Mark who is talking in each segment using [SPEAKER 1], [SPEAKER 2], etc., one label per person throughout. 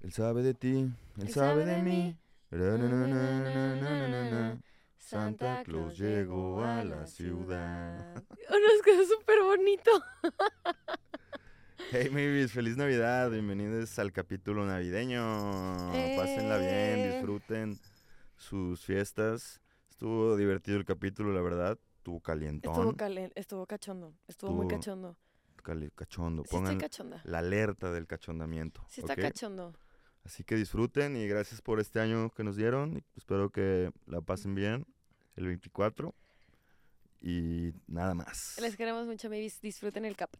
[SPEAKER 1] Él sabe de ti, él sabe de mí. Ra, na, na, na, na, na, na, na. Santa Claus llegó a la ciudad.
[SPEAKER 2] Oh, nos quedó súper bonito.
[SPEAKER 1] Hey Mavis, feliz Navidad, bienvenidos al capítulo navideño.
[SPEAKER 2] ¡Eh!
[SPEAKER 1] Pásenla bien, disfruten sus fiestas. Estuvo divertido el capítulo, la verdad. Estuvo calientón.
[SPEAKER 2] Estuvo, calen- estuvo cachondo. Estuvo muy
[SPEAKER 1] Estuvo-
[SPEAKER 2] cachondo.
[SPEAKER 1] cali- cachondo.
[SPEAKER 2] Sí,
[SPEAKER 1] Pongan
[SPEAKER 2] está cachonda.
[SPEAKER 1] la alerta del cachondamiento.
[SPEAKER 2] Sí, está
[SPEAKER 1] ¿ok?
[SPEAKER 2] cachondo.
[SPEAKER 1] Así que disfruten y gracias por este año que nos dieron. Espero que la pasen bien el 24. Y nada más.
[SPEAKER 2] Les queremos mucho, Mavis. Disfruten el cap.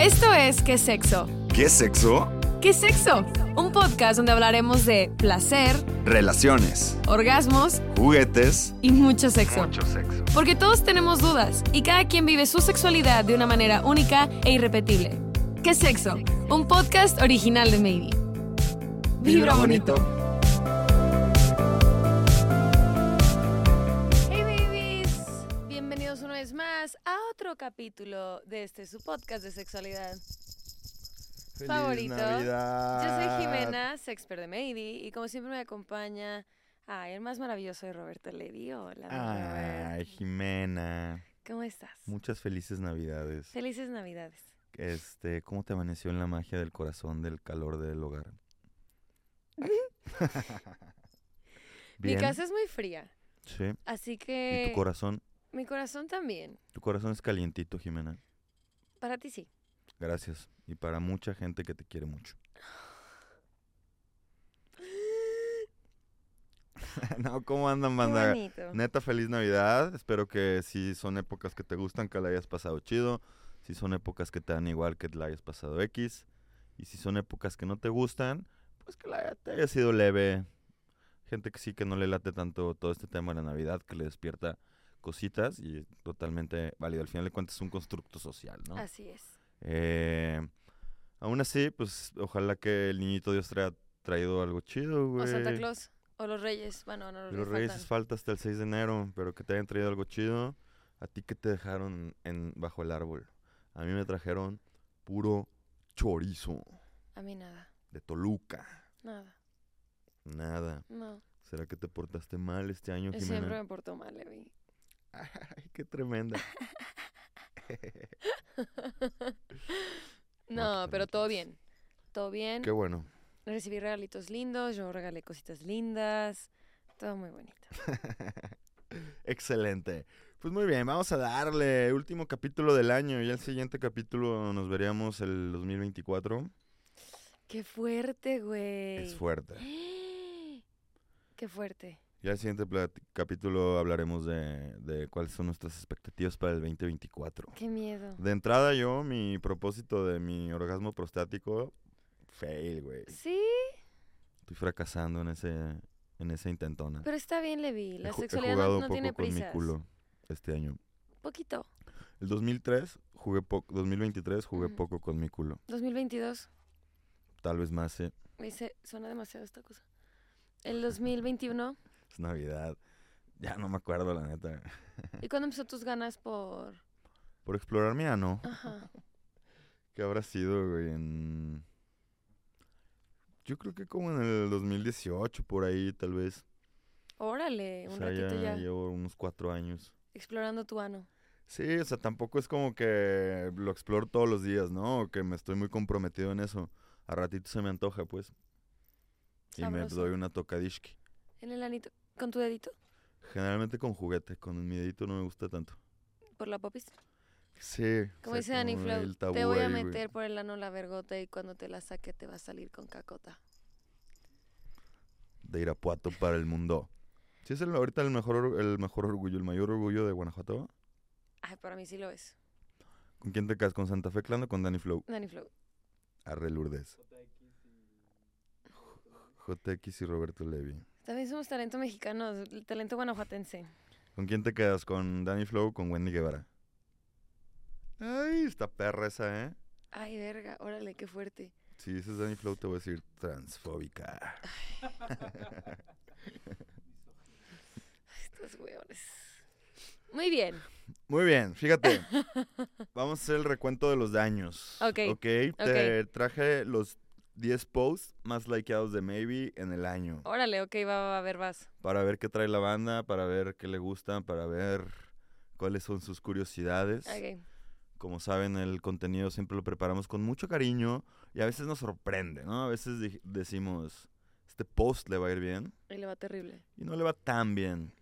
[SPEAKER 3] Esto es ¿Qué sexo?
[SPEAKER 4] ¿Qué sexo?
[SPEAKER 3] ¿Qué sexo? Un podcast donde hablaremos de placer,
[SPEAKER 4] Relaciones,
[SPEAKER 3] orgasmos
[SPEAKER 4] juguetes,
[SPEAKER 3] y mucho sexo.
[SPEAKER 4] sexo.
[SPEAKER 3] Porque todos tenemos dudas y cada quien vive su sexualidad de una manera única e irrepetible. ¿Qué sexo? Un podcast original de Maybe. Vibra bonito.
[SPEAKER 2] Hey babies, bienvenidos una vez más a otro capítulo de este su podcast de sexualidad.
[SPEAKER 1] ¡Feliz
[SPEAKER 2] favorito. Yo soy Yo
[SPEAKER 1] Navidad!
[SPEAKER 2] soy Jimena, sexper de Maybe, y como siempre me acompaña ay, el más maravilloso de Roberto Levy. Hola, mi Robert.
[SPEAKER 1] Ay, Jimena.
[SPEAKER 2] ¿cómo estás?
[SPEAKER 1] Muchas felices Navidades.
[SPEAKER 2] Felices Navidades.
[SPEAKER 1] Este, ¿cómo te amaneció en la magia del corazón, del calor del hogar?
[SPEAKER 2] Mi casa es muy fría,
[SPEAKER 1] Sí.
[SPEAKER 2] así
[SPEAKER 1] ¿Y
[SPEAKER 2] que
[SPEAKER 1] tu corazón?
[SPEAKER 2] mi corazón también.
[SPEAKER 1] Tu corazón es calientito, Jimena.
[SPEAKER 2] Para ti sí.
[SPEAKER 1] Gracias. Y para mucha gente que te quiere mucho. no, ¿cómo andan,
[SPEAKER 2] Qué
[SPEAKER 1] banda?
[SPEAKER 2] bonito.
[SPEAKER 1] Neta, feliz Navidad. Espero que si son épocas que te gustan, que la hayas pasado chido. Si son épocas que te dan igual, que la hayas pasado X. Y si son épocas que no te gustan, pues que la haya- te haya sido leve. Gente que sí que no le late tanto todo este tema de la Navidad, que le despierta cositas y totalmente válido. Al final de cuentas es un constructo social, ¿no?
[SPEAKER 2] Así es.
[SPEAKER 1] Eh, aún así, pues ojalá que el niñito Dios traiga traído algo chido, güey.
[SPEAKER 2] O Santa Claus, o los Reyes, bueno, no, los,
[SPEAKER 1] De Pues los
[SPEAKER 2] Reyes
[SPEAKER 1] Reyes es
[SPEAKER 2] faltan.
[SPEAKER 1] falta hasta el 6 de enero, pero que te hayan traído algo chido. ¿A ti que te dejaron en, bajo el árbol? A mí me trajeron puro chorizo
[SPEAKER 2] A mí nada,
[SPEAKER 1] de Toluca.
[SPEAKER 2] nada,
[SPEAKER 1] Nada.
[SPEAKER 2] no.
[SPEAKER 1] ¿Será que te portaste mal este año,
[SPEAKER 2] Yo
[SPEAKER 1] Jimena?
[SPEAKER 2] siempre me porto mal, Levi.
[SPEAKER 1] Ay, qué tremenda.
[SPEAKER 2] No,
[SPEAKER 1] te
[SPEAKER 2] pero todo
[SPEAKER 1] metas.
[SPEAKER 2] bien. Todo bien.
[SPEAKER 1] pues. qué bueno.
[SPEAKER 2] Recibí regalitos lindos, yo regalé cositas lindas. Todo muy bonito.
[SPEAKER 1] Excelente. Pues muy bien, vamos a darle último capítulo del año y el siguiente capítulo nos veríamos el 2024.
[SPEAKER 2] Qué fuerte, güey.
[SPEAKER 1] Es fuerte.
[SPEAKER 2] Qué fuerte.
[SPEAKER 1] Ya el siguiente plati- capítulo hablaremos de, de cuáles son nuestras expectativas para el 2024.
[SPEAKER 2] Qué miedo.
[SPEAKER 1] De entrada yo, mi propósito de mi orgasmo prostático, fail, güey.
[SPEAKER 2] Sí,
[SPEAKER 1] Estoy fracasando en ese en esa intentona.
[SPEAKER 2] pero está bien, Levi.
[SPEAKER 1] He
[SPEAKER 2] La
[SPEAKER 1] ju- he,
[SPEAKER 2] sexualidad
[SPEAKER 1] jugado
[SPEAKER 2] no, no
[SPEAKER 1] poco
[SPEAKER 2] tiene
[SPEAKER 1] con mi
[SPEAKER 2] prisas.
[SPEAKER 1] culo este año.
[SPEAKER 2] Poquito.
[SPEAKER 1] El 2003 jugué poco, 2023 jugué
[SPEAKER 2] Ujú.
[SPEAKER 1] poco con mi culo.
[SPEAKER 2] 2022.
[SPEAKER 1] Tal vez más, eh, sí.
[SPEAKER 2] Me dice, suena demasiado esta cosa. El 2021.
[SPEAKER 1] Es Navidad. Ya no me acuerdo la neta.
[SPEAKER 2] ¿Y cuándo empezó tus ganas por...?
[SPEAKER 1] Por explorar mi ano.
[SPEAKER 2] Ajá.
[SPEAKER 1] ¿Qué habrá sido, güey? En... Yo creo que como en el 2018, por ahí, tal vez.
[SPEAKER 2] Órale,
[SPEAKER 1] O
[SPEAKER 2] un
[SPEAKER 1] sea,
[SPEAKER 2] ratito
[SPEAKER 1] ya
[SPEAKER 2] ya.
[SPEAKER 1] llevo unos cuatro años.
[SPEAKER 2] Explorando tu ano.
[SPEAKER 1] Sí, o sea, tampoco es como que lo exploro todos los días, ¿no? O Que me estoy muy comprometido en eso. A ratito se me antoja, pues. Y me
[SPEAKER 2] Sabroso.
[SPEAKER 1] doy una tocadishki.
[SPEAKER 2] En el anito. ¿Con tu dedito?
[SPEAKER 1] Generalmente con juguete, con mi dedito no me gusta tanto.
[SPEAKER 2] ¿Por la popis?
[SPEAKER 1] Sí.
[SPEAKER 2] Como
[SPEAKER 1] o sea,
[SPEAKER 2] dice Danny
[SPEAKER 1] como
[SPEAKER 2] Flow,
[SPEAKER 1] el tabú
[SPEAKER 2] te voy a
[SPEAKER 1] ahí, güey.
[SPEAKER 2] meter por el ano la vergota y cuando te la saque te va a salir con cacota.
[SPEAKER 1] de Irapuato para el mundo. ¿Sí es el, ahorita el mejor, or- el mejor orgullo, el mayor orgullo de Guanajuato?
[SPEAKER 2] Ay, para mí sí lo es.
[SPEAKER 1] ¿Con quién te casas? ¿Con Santa Fe Clan o con Danny Flow?
[SPEAKER 2] Danny Flow.
[SPEAKER 1] Arre Lourdes. JX y Roberto Levy.
[SPEAKER 2] También somos talento mexicano, el talento guanajuatense.
[SPEAKER 1] ¿Con quién te quedas? ¿Con Danny Flow o con Wendy Guevara? Ay, esta perra esa, ¿eh?
[SPEAKER 2] Ay, verga, órale, qué fuerte.
[SPEAKER 1] Si dices Danny Flow te voy a decir transfóbica.
[SPEAKER 2] Estos hueones. Muy bien.
[SPEAKER 1] Muy bien, fíjate. Vamos a hacer el recuento de los daños.
[SPEAKER 2] Ok,
[SPEAKER 1] Ok, te traje los 10 posts más likeados de Maybe en el año.
[SPEAKER 2] Órale, ok, va, va, va, a ver, vas.
[SPEAKER 1] Para ver qué trae la banda, para ver qué le gustan, para ver cuáles son sus curiosidades.
[SPEAKER 2] Ok.
[SPEAKER 1] Como saben, el contenido siempre lo preparamos con mucho cariño y a veces nos sorprende, ¿no? A veces dij- decimos, este post le va a ir bien
[SPEAKER 2] Y le va terrible.
[SPEAKER 1] y no le va tan bien.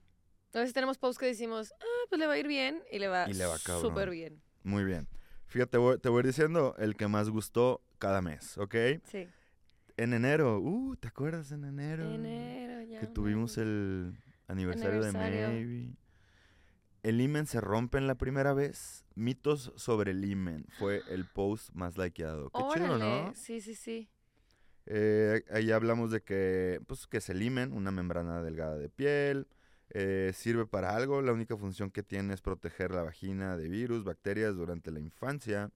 [SPEAKER 2] Entonces tenemos posts que decimos, ah, pues le va a ir bien y le va,
[SPEAKER 1] Y le va cabrón.
[SPEAKER 2] súper bien.
[SPEAKER 1] Muy bien. Fíjate, voy- te voy diciendo el que más gustó cada mes, ¿ok?
[SPEAKER 2] Sí.
[SPEAKER 1] En enero, uh, ¿te acuerdas en enero?
[SPEAKER 2] Enero ya.
[SPEAKER 1] Que tuvimos
[SPEAKER 2] me-
[SPEAKER 1] el aniversario,
[SPEAKER 2] Aniversario.
[SPEAKER 1] de Maybe. El imen se rompe en la primera vez. Mitos sobre el imen fue el post más likeado. Qué chido, ¿no?
[SPEAKER 2] Órale, Sí, sí, sí.
[SPEAKER 1] Eh, ahí hablamos de que, pues, que es el imen, una membrana delgada de piel. eh, sirve para algo. La única función que tiene es proteger la vagina de virus, bacterias durante la infancia.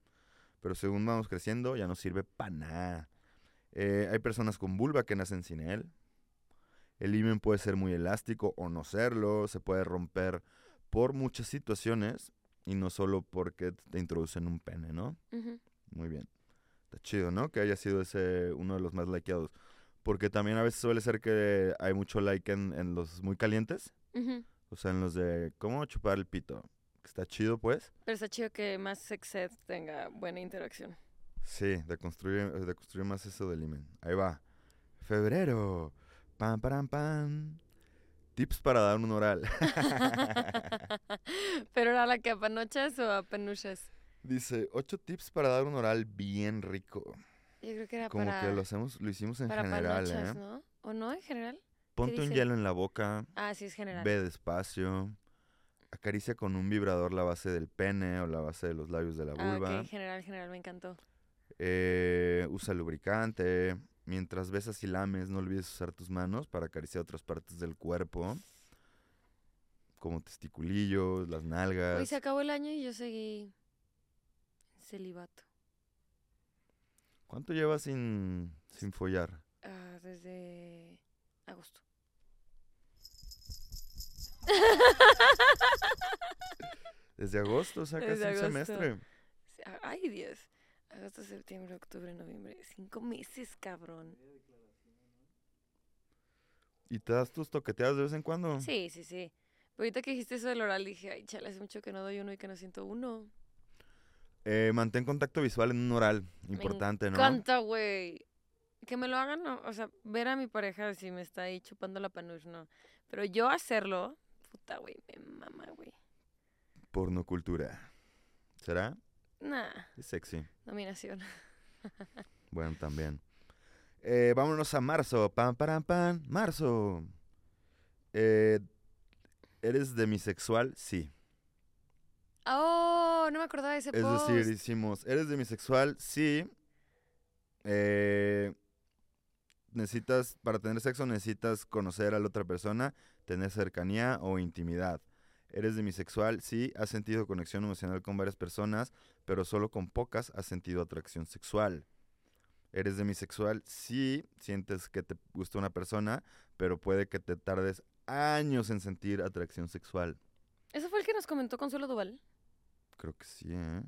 [SPEAKER 1] Pero según vamos creciendo, ya no sirve para nada. Eh, hay personas con vulva que nacen sin él. El imen puede ser muy elástico o no serlo. Se puede romper por muchas situaciones y no solo porque te introducen un pene, ¿no?
[SPEAKER 2] Ujú.
[SPEAKER 1] Muy bien. Está chido, ¿no? Que haya sido ese uno de los más likeados. Porque también a veces suele ser que hay mucho like en, en los muy calientes.
[SPEAKER 2] Ujú.
[SPEAKER 1] O sea, en los de cómo chupar el pito. Que Está chido, pues.
[SPEAKER 2] Pero está chido que más sex ed tenga buena interacción.
[SPEAKER 1] Sí, de construir, de construir más eso del imen. Ahí va. Febrero. Pam, pam, pam. Tips para dar un oral.
[SPEAKER 2] Pero era la que a panochas o a panuchas.
[SPEAKER 1] Dice, ocho tips para dar un oral bien rico.
[SPEAKER 2] Yo creo que era
[SPEAKER 1] Como
[SPEAKER 2] para,
[SPEAKER 1] que lo hacemos, lo hicimos en
[SPEAKER 2] para
[SPEAKER 1] general,
[SPEAKER 2] panochas,
[SPEAKER 1] ¿eh?
[SPEAKER 2] ¿no? ¿O no en general?
[SPEAKER 1] Ponte un
[SPEAKER 2] dice?
[SPEAKER 1] hielo en la boca.
[SPEAKER 2] Ah, sí, es general.
[SPEAKER 1] Ve despacio. Acaricia con un vibrador la base del pene o la base de los labios de la
[SPEAKER 2] ah,
[SPEAKER 1] vulva.
[SPEAKER 2] ok, general, general, me encantó.
[SPEAKER 1] Eh, usa lubricante. Mientras besas y lames, no olvides usar tus manos para acariciar otras partes del cuerpo. Como testiculillos, las nalgas.
[SPEAKER 2] Hoy se acabó el año y yo seguí en celibato.
[SPEAKER 1] ¿Cuánto llevas sin, sin follar?
[SPEAKER 2] Ah, desde agosto.
[SPEAKER 1] Desde agosto, o sea, casi
[SPEAKER 2] Desde
[SPEAKER 1] un
[SPEAKER 2] agosto.
[SPEAKER 1] semestre.
[SPEAKER 2] Sí, a- Ay, Dios. Agosto, septiembre, octubre, noviembre. Cinco meses, cabrón.
[SPEAKER 1] ¿Y te das tus toqueteadas de vez en cuando?
[SPEAKER 2] Sí, sí, sí. Pero ahorita que dijiste eso del oral, dije, ay, chale, hace mucho que no doy uno y que no siento uno.
[SPEAKER 1] Eh, mantén contacto visual en un oral. Importante, ¿no?
[SPEAKER 2] Canta, güey. Que me lo hagan, no, o sea, ver a mi pareja si me está ahí chupando la panush, no. Pero yo hacerlo, puta, güey, me mama, güey.
[SPEAKER 1] Pornocultura. ¿Será?
[SPEAKER 2] Nah,
[SPEAKER 1] Es sexy.
[SPEAKER 2] nominación.
[SPEAKER 1] Bueno, también. Eh, vámonos a marzo. Pam, param, pam. Marzo. Eh, ¿Eres demisexual? Sí.
[SPEAKER 2] Oh, no me acordaba de ese
[SPEAKER 1] Es
[SPEAKER 2] post.
[SPEAKER 1] decir, hicimos, ¿eres demisexual? Sí. Eh, necesitas, para tener sexo necesitas conocer a la otra persona, tener cercanía o intimidad. ¿Eres demisexual? Sí. ¿Has sentido conexión emocional con varias personas, pero solo con pocas has sentido atracción sexual? ¿Eres demisexual? Sí. Sientes que te gusta una persona, pero puede que te tardes años en sentir atracción sexual.
[SPEAKER 2] ¿Eso fue el que nos comentó Consuelo Duval?
[SPEAKER 1] Creo que sí, ¿eh?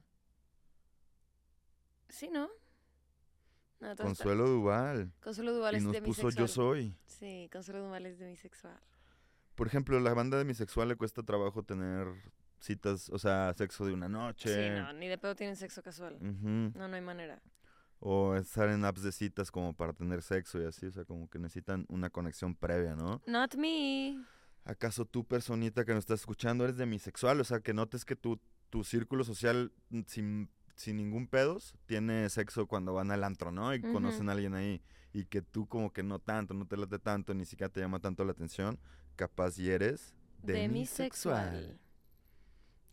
[SPEAKER 2] Sí, ¿no? No, todo está-
[SPEAKER 1] Consuelo Duval.
[SPEAKER 2] Consuelo Duval
[SPEAKER 1] y
[SPEAKER 2] es
[SPEAKER 1] nos
[SPEAKER 2] de
[SPEAKER 1] puso yo soy.
[SPEAKER 2] Sí, Consuelo Duval es demisexual.
[SPEAKER 1] Por ejemplo, la banda de bisexual le cuesta trabajo tener citas, o sea, sexo de una noche.
[SPEAKER 2] Sí, no, ni de pedo tienen sexo casual.
[SPEAKER 1] Ujú.
[SPEAKER 2] No, no hay manera.
[SPEAKER 1] O estar en apps de citas como para tener sexo y así, o sea, como que necesitan una conexión previa, ¿no?
[SPEAKER 2] Not me.
[SPEAKER 1] ¿Acaso tú, personita que nos estás escuchando, eres demisexual? O sea, que notes que tu, tu círculo social mm, sin, sin ningún pedos tiene sexo cuando van al antro, ¿no? Y
[SPEAKER 2] Ujú.
[SPEAKER 1] conocen a alguien ahí. Y que tú como que no tanto, no te late tanto, ni siquiera te llama tanto la atención. Capaz y eres
[SPEAKER 2] Demisexual.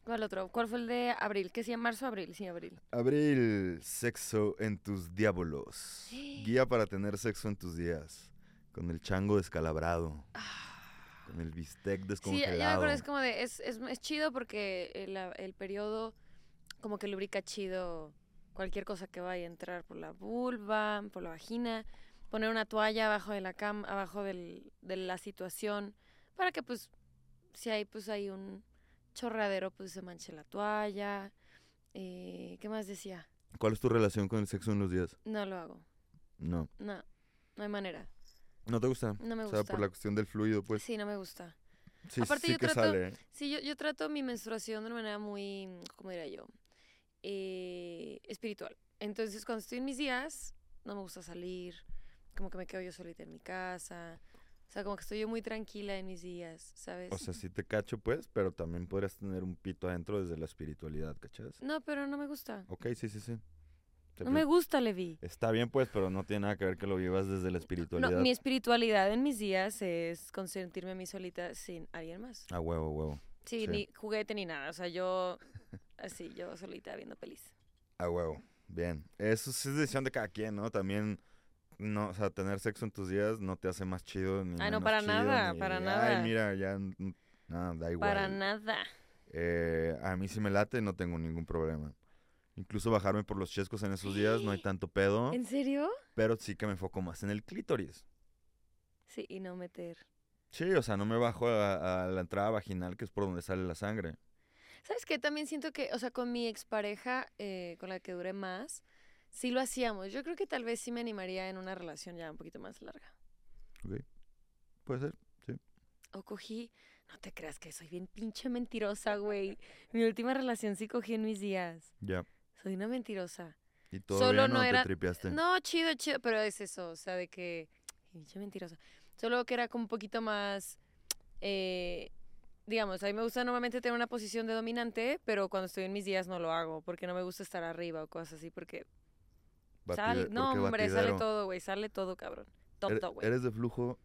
[SPEAKER 2] ¿Cuál otro? ¿Cuál fue el de abril? ¿Qué sí? ¿Marzo abril? Sí, abril.
[SPEAKER 1] Abril, sexo en tus diablos. Guía para tener sexo en tus días. Con el chango descalabrado. Con el bistec
[SPEAKER 2] Ah. Sí, ya- ya me
[SPEAKER 1] descongelado.
[SPEAKER 2] acuerdo, es como de, es, es, es chido porque el, a- el periodo como que lubrica chido cualquier cosa que vaya a entrar por la vulva, por la vagina, poner una toalla abajo de la cama, abajo del- de la situación, para que pues si hay pues hay un chorradero, pues se manche la toalla. Eh, ¿Qué más decía?
[SPEAKER 1] ¿Cuál es tu relación con el sexo en los días?
[SPEAKER 2] No lo hago.
[SPEAKER 1] No.
[SPEAKER 2] No, no hay manera.
[SPEAKER 1] ¿No te gusta?
[SPEAKER 2] No me
[SPEAKER 1] o
[SPEAKER 2] gusta.
[SPEAKER 1] sea, por la cuestión del fluido, pues.
[SPEAKER 2] Sí, no me gusta.
[SPEAKER 1] Sí,
[SPEAKER 2] Aparte
[SPEAKER 1] sí
[SPEAKER 2] yo
[SPEAKER 1] que
[SPEAKER 2] trato-
[SPEAKER 1] sale. ¿eh?
[SPEAKER 2] Sí, yo, yo trato mi menstruación de una manera muy, mm, ¿cómo diría yo? Eh, espiritual. Entonces, cuando estoy en mis días, no me gusta salir, como que me quedo yo solita en mi casa. O sea, como que estoy yo muy tranquila en mis días, ¿sabes?
[SPEAKER 1] O sea, sí te cacho, pues, pero también podrías tener un pito adentro desde la espiritualidad, ¿cachas?
[SPEAKER 2] no, pero no me gusta.
[SPEAKER 1] Ok, sí, sí, sí. Te
[SPEAKER 2] No me
[SPEAKER 1] pl-
[SPEAKER 2] gusta, Levi.
[SPEAKER 1] Está bien, pues, pero no tiene nada que ver que lo vivas desde la
[SPEAKER 2] No,
[SPEAKER 1] espiritualidad.
[SPEAKER 2] mi espiritualidad en mis días es consentirme a mí solita sin alguien más.
[SPEAKER 1] A huevo, huevo.
[SPEAKER 2] Sí,
[SPEAKER 1] Sí.
[SPEAKER 2] ni juguete ni nada. O sea, yo así, yo solita viendo pelis.
[SPEAKER 1] A huevo. Bien. Eso sí es decisión de cada quien, ¿no? También, no, o sea, tener sexo en tus días no te hace más chido ni
[SPEAKER 2] Ay, Ah, no,
[SPEAKER 1] menos
[SPEAKER 2] para
[SPEAKER 1] chido,
[SPEAKER 2] nada,
[SPEAKER 1] ni,
[SPEAKER 2] para
[SPEAKER 1] Ay,
[SPEAKER 2] nada".
[SPEAKER 1] mira, ya, n- no, da igual.
[SPEAKER 2] Para nada.
[SPEAKER 1] Eh, a mí si me late no tengo ningún problema. Incluso bajarme por los chescos en esos días no hay tanto pedo,
[SPEAKER 2] ¿En serio?
[SPEAKER 1] pero sí que me enfoco más en el clítoris.
[SPEAKER 2] Sí, y no meter.
[SPEAKER 1] Sí, o sea, no me bajo a, a la entrada vaginal que es por donde sale la sangre.
[SPEAKER 2] ¿Sabes qué? También siento que, o sea, con mi expareja, eh, con la que duré más, sí lo hacíamos. Yo creo que tal vez sí me animaría en una relación ya un poquito más larga.
[SPEAKER 1] Puede ser.
[SPEAKER 2] O cogí, no te creas que soy bien pinche mentirosa, güey. Mi última relación sí cogí en mis días.
[SPEAKER 1] Ya.
[SPEAKER 2] Soy una mentirosa.
[SPEAKER 1] Y todo
[SPEAKER 2] Solo
[SPEAKER 1] bien,
[SPEAKER 2] no
[SPEAKER 1] te
[SPEAKER 2] era-
[SPEAKER 1] tripeaste?
[SPEAKER 2] No, chido, chido, pero es eso, o sea, de que, pinche mentirosa. Solo que era como un poquito más, eh, digamos, a mí me gusta normalmente tener una posición de dominante, pero cuando estoy en mis días no lo hago, porque no me gusta estar arriba o cosas así, porque Sale-
[SPEAKER 1] Batide-
[SPEAKER 2] no,
[SPEAKER 1] ¿por qué
[SPEAKER 2] hombre,
[SPEAKER 1] batidero?
[SPEAKER 2] sale todo, güey, sale todo, cabrón. Top,
[SPEAKER 1] Ere-
[SPEAKER 2] top, güey.
[SPEAKER 1] ¿Eres de flujo?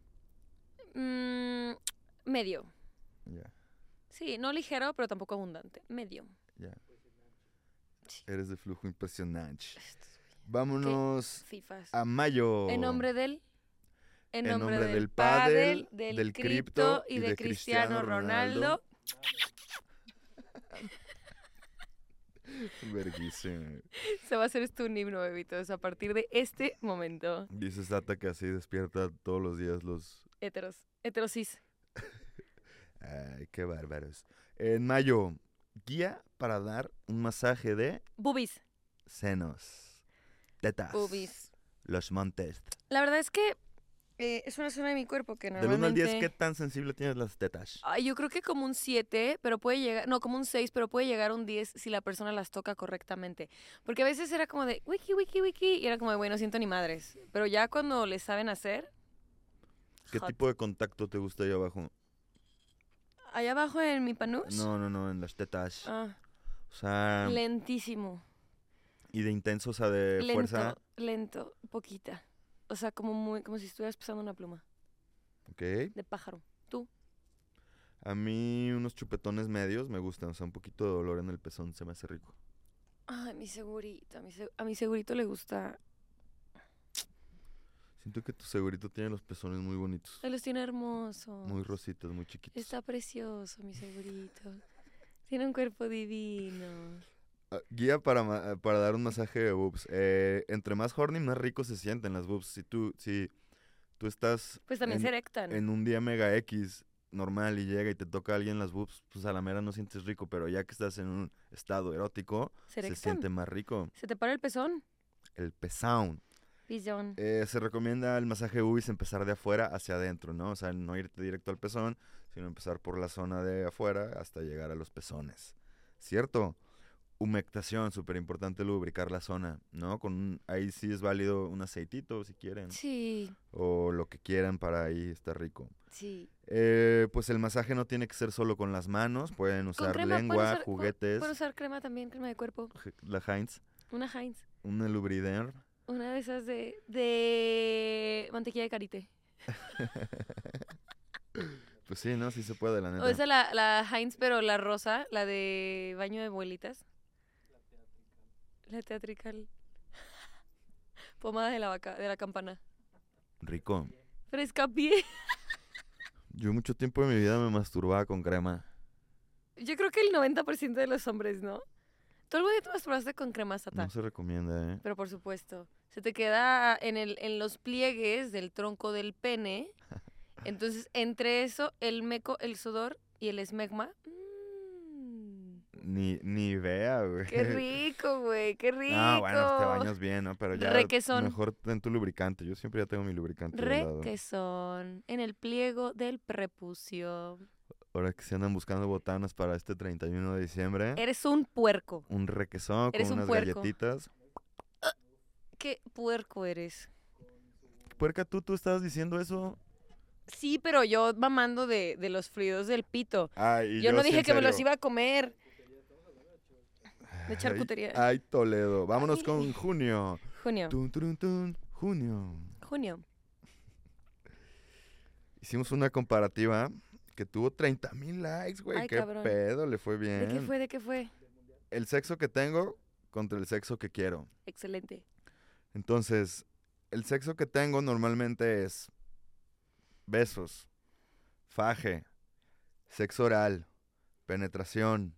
[SPEAKER 2] Mm, medio.
[SPEAKER 1] Ya,
[SPEAKER 2] Sí, no ligero, pero tampoco abundante. Medio.
[SPEAKER 1] ya.
[SPEAKER 2] Sí.
[SPEAKER 1] Eres de flujo impresionante.
[SPEAKER 2] Estos
[SPEAKER 1] Vámonos
[SPEAKER 2] Fifas.
[SPEAKER 1] a mayo.
[SPEAKER 2] En nombre del. En
[SPEAKER 1] Ah, oh. En
[SPEAKER 2] nombre,
[SPEAKER 1] nombre
[SPEAKER 2] del,
[SPEAKER 1] del
[SPEAKER 2] pádel,
[SPEAKER 1] pádel,
[SPEAKER 2] del,
[SPEAKER 1] del cripto
[SPEAKER 2] cripto y de Cristiano Ronaldo.
[SPEAKER 1] Verguísima.
[SPEAKER 2] Se va a hacer esto un himno, bebitos, a partir de este momento.
[SPEAKER 1] Dice Sata que así despierta todos los días los...
[SPEAKER 2] Heteros. Heterosis.
[SPEAKER 1] Ay, qué bárbaros. En mayo, guía para dar un masaje de
[SPEAKER 2] Boobies.
[SPEAKER 1] senos, tetas,
[SPEAKER 2] Boobies.
[SPEAKER 1] los montes.
[SPEAKER 2] La verdad es que eh, es una zona de mi cuerpo que
[SPEAKER 1] Del 1 al
[SPEAKER 2] normalmente...
[SPEAKER 1] 10, ¿qué tan sensible tienes las tetas?
[SPEAKER 2] Ay, yo creo que como un 7, pero puede llegar, no, como un 6, pero puede llegar a un 10 si la persona las toca correctamente. Porque a veces era como de wiki, wiki, wiki, y era como de, güey, no siento ni madres. Pero ya cuando le saben hacer,
[SPEAKER 1] ¿Qué
[SPEAKER 2] hot.
[SPEAKER 1] tipo de contacto te gusta ahí abajo?
[SPEAKER 2] Allá abajo en mi panush.
[SPEAKER 1] No, Ah. no, no, en las tetas.
[SPEAKER 2] Pues Ah,
[SPEAKER 1] O sea,
[SPEAKER 2] lentísimo.
[SPEAKER 1] y de intenso, o sea, de
[SPEAKER 2] Lento,
[SPEAKER 1] fuerza.
[SPEAKER 2] lento, poquita. O sea, como muy, como si estuvieras pisando una pluma
[SPEAKER 1] Ok.
[SPEAKER 2] de pájaro.
[SPEAKER 1] A mí unos chupetones medios me gustan, o sea, un poquito de dolor en el pezón se me hace rico.
[SPEAKER 2] Ay, mi segurito, a mi, se- a mi segurito le gusta.
[SPEAKER 1] Siento que tu segurito tiene los pezones muy bonitos,
[SPEAKER 2] Él los tiene hermosos.
[SPEAKER 1] muy rositos, muy chiquitos.
[SPEAKER 2] Está precioso, mi segurito. Tiene un cuerpo divino.
[SPEAKER 1] Ah, Guía para, ma- para dar un masaje de boobs. Eh, entre más horny, más rico se sienten las boobs. Si tú, si tú estás
[SPEAKER 2] Pues también
[SPEAKER 1] en,
[SPEAKER 2] se erectan.
[SPEAKER 1] en un día mega X normal y llega y te toca a alguien las boobs, pues a la mera no sientes rico, pero ya que estás en un estado erótico,
[SPEAKER 2] se erectan.
[SPEAKER 1] se siente más rico.
[SPEAKER 2] ¿Se te para el pezón?
[SPEAKER 1] El pesound.
[SPEAKER 2] Pizón.
[SPEAKER 1] Eh, se recomienda el masaje de boobies empezar de afuera hacia adentro, ¿no? O sea, no irte directo al pezón, sino empezar por la zona de afuera hasta llegar a los pezones. ¿Cierto? Humectación, súper importante lubricar la zona, ¿no? Con un- ahí sí es válido un aceitito, si quieren,
[SPEAKER 2] Sí,
[SPEAKER 1] o lo que quieran para ahí estar rico.
[SPEAKER 2] sí.
[SPEAKER 1] Eh, pues el masaje no tiene que ser solo con las manos, pueden usar
[SPEAKER 2] crema, pueden
[SPEAKER 1] lengua,
[SPEAKER 2] usar- pu-
[SPEAKER 1] juguetes,
[SPEAKER 2] Puedo usar crema también, crema de cuerpo.
[SPEAKER 1] je- la Heinz,
[SPEAKER 2] Una Heinz.
[SPEAKER 1] una lubriderm.
[SPEAKER 2] Una de esas de, de mantequilla de karité.
[SPEAKER 1] Pues sí, ¿no? Sí se puede, la neta.
[SPEAKER 2] O esa la, la Heinz, pero la rosa, la de baño de abuelitas. La teatrical. Pomada de la vaca, de la campana.
[SPEAKER 1] Rico.
[SPEAKER 2] Fresca pie.
[SPEAKER 1] Yo mucho tiempo de mi vida me masturbaba con crema.
[SPEAKER 2] Yo creo que el 90% de los hombres, ¿no? ¿Tú algún día te masturbaste con crema satán?
[SPEAKER 1] No se recomienda, ¿eh?
[SPEAKER 2] Pero por supuesto, se te queda en, el, en los pliegues del tronco del pene. Entonces, entre eso, el meco, el sudor y el esmegma, mm,
[SPEAKER 1] Ni, ni idea, güey.
[SPEAKER 2] Qué rico, güey, qué rico.
[SPEAKER 1] No, bueno, pues te bañas bien, ¿no? Pero ya
[SPEAKER 2] Requesón.
[SPEAKER 1] mejor ten tu lubricante. Yo siempre ya tengo mi lubricante. de lado.
[SPEAKER 2] Requesón en el pliego del prepucio.
[SPEAKER 1] Ahora que se andan buscando botanas para este 31 de diciembre.
[SPEAKER 2] Eres un puerco.
[SPEAKER 1] Un requesón con
[SPEAKER 2] Eh, Eres un
[SPEAKER 1] unas
[SPEAKER 2] puerco.
[SPEAKER 1] galletitas.
[SPEAKER 2] ¿Qué puerco eres?
[SPEAKER 1] Puerca, tú, tú estabas diciendo eso.
[SPEAKER 2] Sí, pero yo mamando de, de los fluidos del pito.
[SPEAKER 1] Ay, y
[SPEAKER 2] Yo no
[SPEAKER 1] sí,
[SPEAKER 2] dije
[SPEAKER 1] en
[SPEAKER 2] que me los
[SPEAKER 1] serio.
[SPEAKER 2] iba a comer. De
[SPEAKER 1] Ay, ah,
[SPEAKER 2] charcutería.
[SPEAKER 1] Ay, Toledo. Vámonos
[SPEAKER 2] Ay.
[SPEAKER 1] con junio.
[SPEAKER 2] Junio.
[SPEAKER 1] Tun, turun, tun, junio.
[SPEAKER 2] Junio.
[SPEAKER 1] Hicimos una comparativa que tuvo 30 mil likes, güey.
[SPEAKER 2] Ay,
[SPEAKER 1] Qué
[SPEAKER 2] cabrón.
[SPEAKER 1] pedo, le fue bien.
[SPEAKER 2] ¿De qué fue? ¿De qué fue?
[SPEAKER 1] El sexo que tengo contra el sexo que quiero.
[SPEAKER 2] Excelente.
[SPEAKER 1] Entonces, el sexo que tengo normalmente es besos, faje, sexo oral, penetración,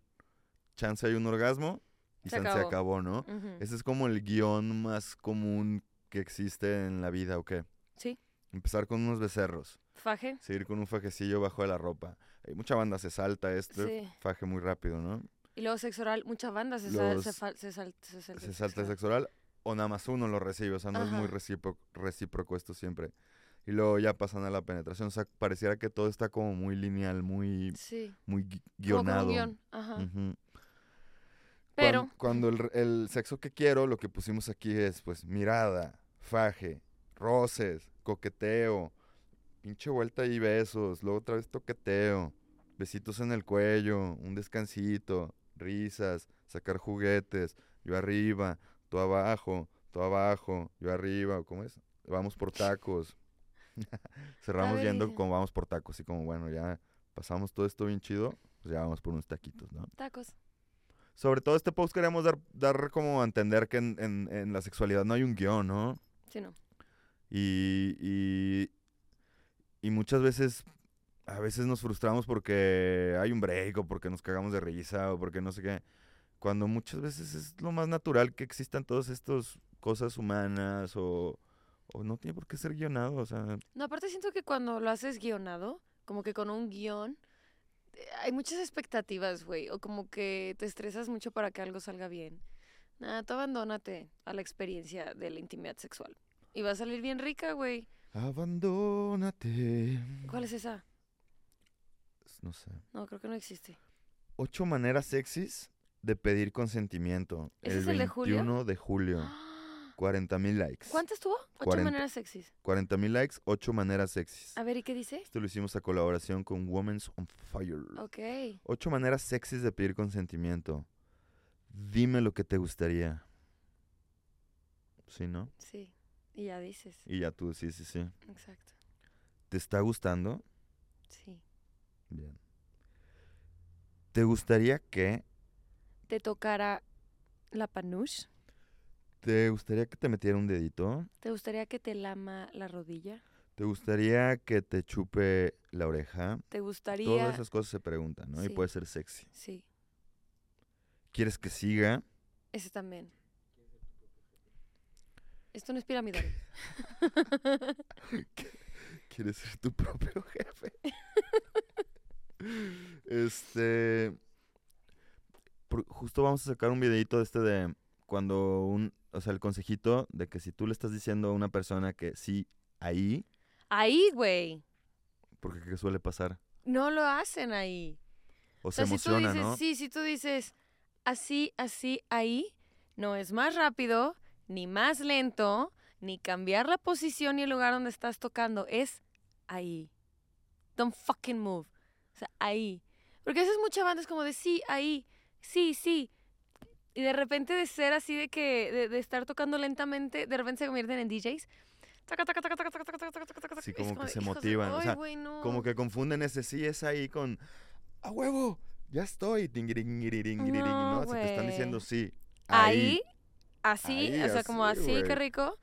[SPEAKER 1] chance hay un orgasmo y
[SPEAKER 2] Se
[SPEAKER 1] chance
[SPEAKER 2] acabó.
[SPEAKER 1] acabó, ¿no?
[SPEAKER 2] Ujú.
[SPEAKER 1] Ese es como el guión más común que existe en la vida, ¿o qué?
[SPEAKER 2] Sí.
[SPEAKER 1] Empezar con unos becerros,
[SPEAKER 2] Faje.
[SPEAKER 1] seguir con un fajecillo bajo de la ropa. Hay mucha banda se salta este
[SPEAKER 2] Sí.
[SPEAKER 1] faje muy rápido, ¿no?
[SPEAKER 2] Y luego sexo oral. Muchas bandas se, sal-
[SPEAKER 1] Los-
[SPEAKER 2] se, fal- se sal- se salta
[SPEAKER 1] se
[SPEAKER 2] el
[SPEAKER 1] salta el
[SPEAKER 2] sexo
[SPEAKER 1] sexo oral o nada más uno lo recibe, o sea, no es muy
[SPEAKER 2] Ajá.
[SPEAKER 1] recíproco, recíproco esto siempre. Y luego ya pasan a la penetración, o sea, pareciera que todo está como muy lineal, muy,
[SPEAKER 2] oral. Sí.
[SPEAKER 1] muy gui-
[SPEAKER 2] Como con
[SPEAKER 1] guionado.
[SPEAKER 2] un guión. Ajá.
[SPEAKER 1] Ujú.
[SPEAKER 2] Pero.
[SPEAKER 1] Cuan- Cuando, el, re- el sexo que quiero, lo que pusimos aquí es, pues, mirada, faje, roces, coqueteo, pinche vuelta y besos, luego otra vez toqueteo, besitos en el cuello, un descansito, risas, sacar juguetes, yo arriba, tú abajo, tú abajo, yo arriba, ¿o ¿cómo es? Vamos por tacos. Cerramos yendo
[SPEAKER 2] verga.
[SPEAKER 1] como vamos por tacos, y como, bueno, ya pasamos todo esto bien chido, pues ya vamos por unos taquitos, ¿no?
[SPEAKER 2] Tacos.
[SPEAKER 1] Sobre todo este post queremos dar, dar como a entender que en, en- en la sexualidad no hay un guión, ¿no?
[SPEAKER 2] Sí, no.
[SPEAKER 1] Y, y, y muchas veces, a veces nos frustramos porque hay un break o porque nos cagamos de risa o porque no sé qué. Cuando muchas veces es lo más natural que existan todas estas cosas humanas o, o no tiene por qué ser guionado, o sea,
[SPEAKER 2] No, aparte siento que cuando lo haces guionado, como que con un guión, eh, hay muchas expectativas, güey. O como que te estresas mucho para que algo salga bien. Nada, tú abandónate a la experiencia de la intimidad sexual. Y va a salir bien rica, güey.
[SPEAKER 1] abandónate.
[SPEAKER 2] ¿Cuál es esa?
[SPEAKER 1] No sé.
[SPEAKER 2] No, creo que no existe.
[SPEAKER 1] Ocho maneras sexys de pedir consentimiento.
[SPEAKER 2] ¿Ese es el de julio?
[SPEAKER 1] 21 de julio. 40 mil likes.
[SPEAKER 2] ¿Cuántas tuvo? Ocho
[SPEAKER 1] Cuarenta.
[SPEAKER 2] maneras sexys.
[SPEAKER 1] 40 mil likes, ocho maneras sexys.
[SPEAKER 2] A ver, ¿y qué dice?
[SPEAKER 1] Esto lo hicimos a colaboración con Women's on Fire.
[SPEAKER 2] Ok.
[SPEAKER 1] Ocho maneras sexys de pedir consentimiento. Dime lo que te gustaría. ¿Sí, no?
[SPEAKER 2] Sí. Y ya dices.
[SPEAKER 1] Y ya tú, sí, sí, sí.
[SPEAKER 2] Exacto.
[SPEAKER 1] ¿Te está gustando?
[SPEAKER 2] Sí.
[SPEAKER 1] Bien. ¿Te gustaría que?
[SPEAKER 2] Te tocará la panuche.
[SPEAKER 1] ¿Te gustaría que te metiera un dedito?
[SPEAKER 2] ¿Te gustaría que te lama la rodilla?
[SPEAKER 1] ¿Te gustaría que te chupe la oreja?
[SPEAKER 2] ¿Te gustaría...?
[SPEAKER 1] Todas esas cosas se preguntan, ¿no? Y
[SPEAKER 2] Sí.
[SPEAKER 1] puede ser sexy.
[SPEAKER 2] Sí,
[SPEAKER 1] ¿Quieres que siga?
[SPEAKER 2] ese también. Esto no es piramidal.
[SPEAKER 1] ¿Quieres ser tu propio jefe? este. por- justo vamos a sacar un videito de este de cuando un. O sea, el consejito de que si tú le estás diciendo a una persona que sí, ahí,
[SPEAKER 2] ahí, güey.
[SPEAKER 1] porque ¿qué suele pasar?
[SPEAKER 2] No lo hacen ahí.
[SPEAKER 1] O,
[SPEAKER 2] O sea,
[SPEAKER 1] se
[SPEAKER 2] si tú
[SPEAKER 1] emociona,
[SPEAKER 2] dices,
[SPEAKER 1] ¿no?
[SPEAKER 2] sí, si tú dices así, así, ahí, no es más rápido, ni más lento, ni cambiar la posición y el lugar donde estás tocando, es ahí. Don't fucking move. O sea, ahí. Porque a veces mucha banda es como de sí, ahí, sí, sí. Y de repente de ser así de que, de, de estar tocando lentamente, de repente se convierten en DJs. Taca, taca, taca, taca, taca, taca, taca, taca, taca,
[SPEAKER 1] Sí,
[SPEAKER 2] y es
[SPEAKER 1] como que se
[SPEAKER 2] de, "Hijos de-
[SPEAKER 1] motivan, o
[SPEAKER 2] ay,
[SPEAKER 1] sea,
[SPEAKER 2] güey, no".
[SPEAKER 1] Como que confunden ese sí es ahí con ¡A huevo! ¡Ya estoy! Tingiringiringiring, ¿no?
[SPEAKER 2] No,
[SPEAKER 1] Se te están
[SPEAKER 2] güey.
[SPEAKER 1] diciendo sí.
[SPEAKER 2] ahí, así,
[SPEAKER 1] Ahí,
[SPEAKER 2] o sea, como
[SPEAKER 1] así,
[SPEAKER 2] así,
[SPEAKER 1] güey.
[SPEAKER 2] qué rico.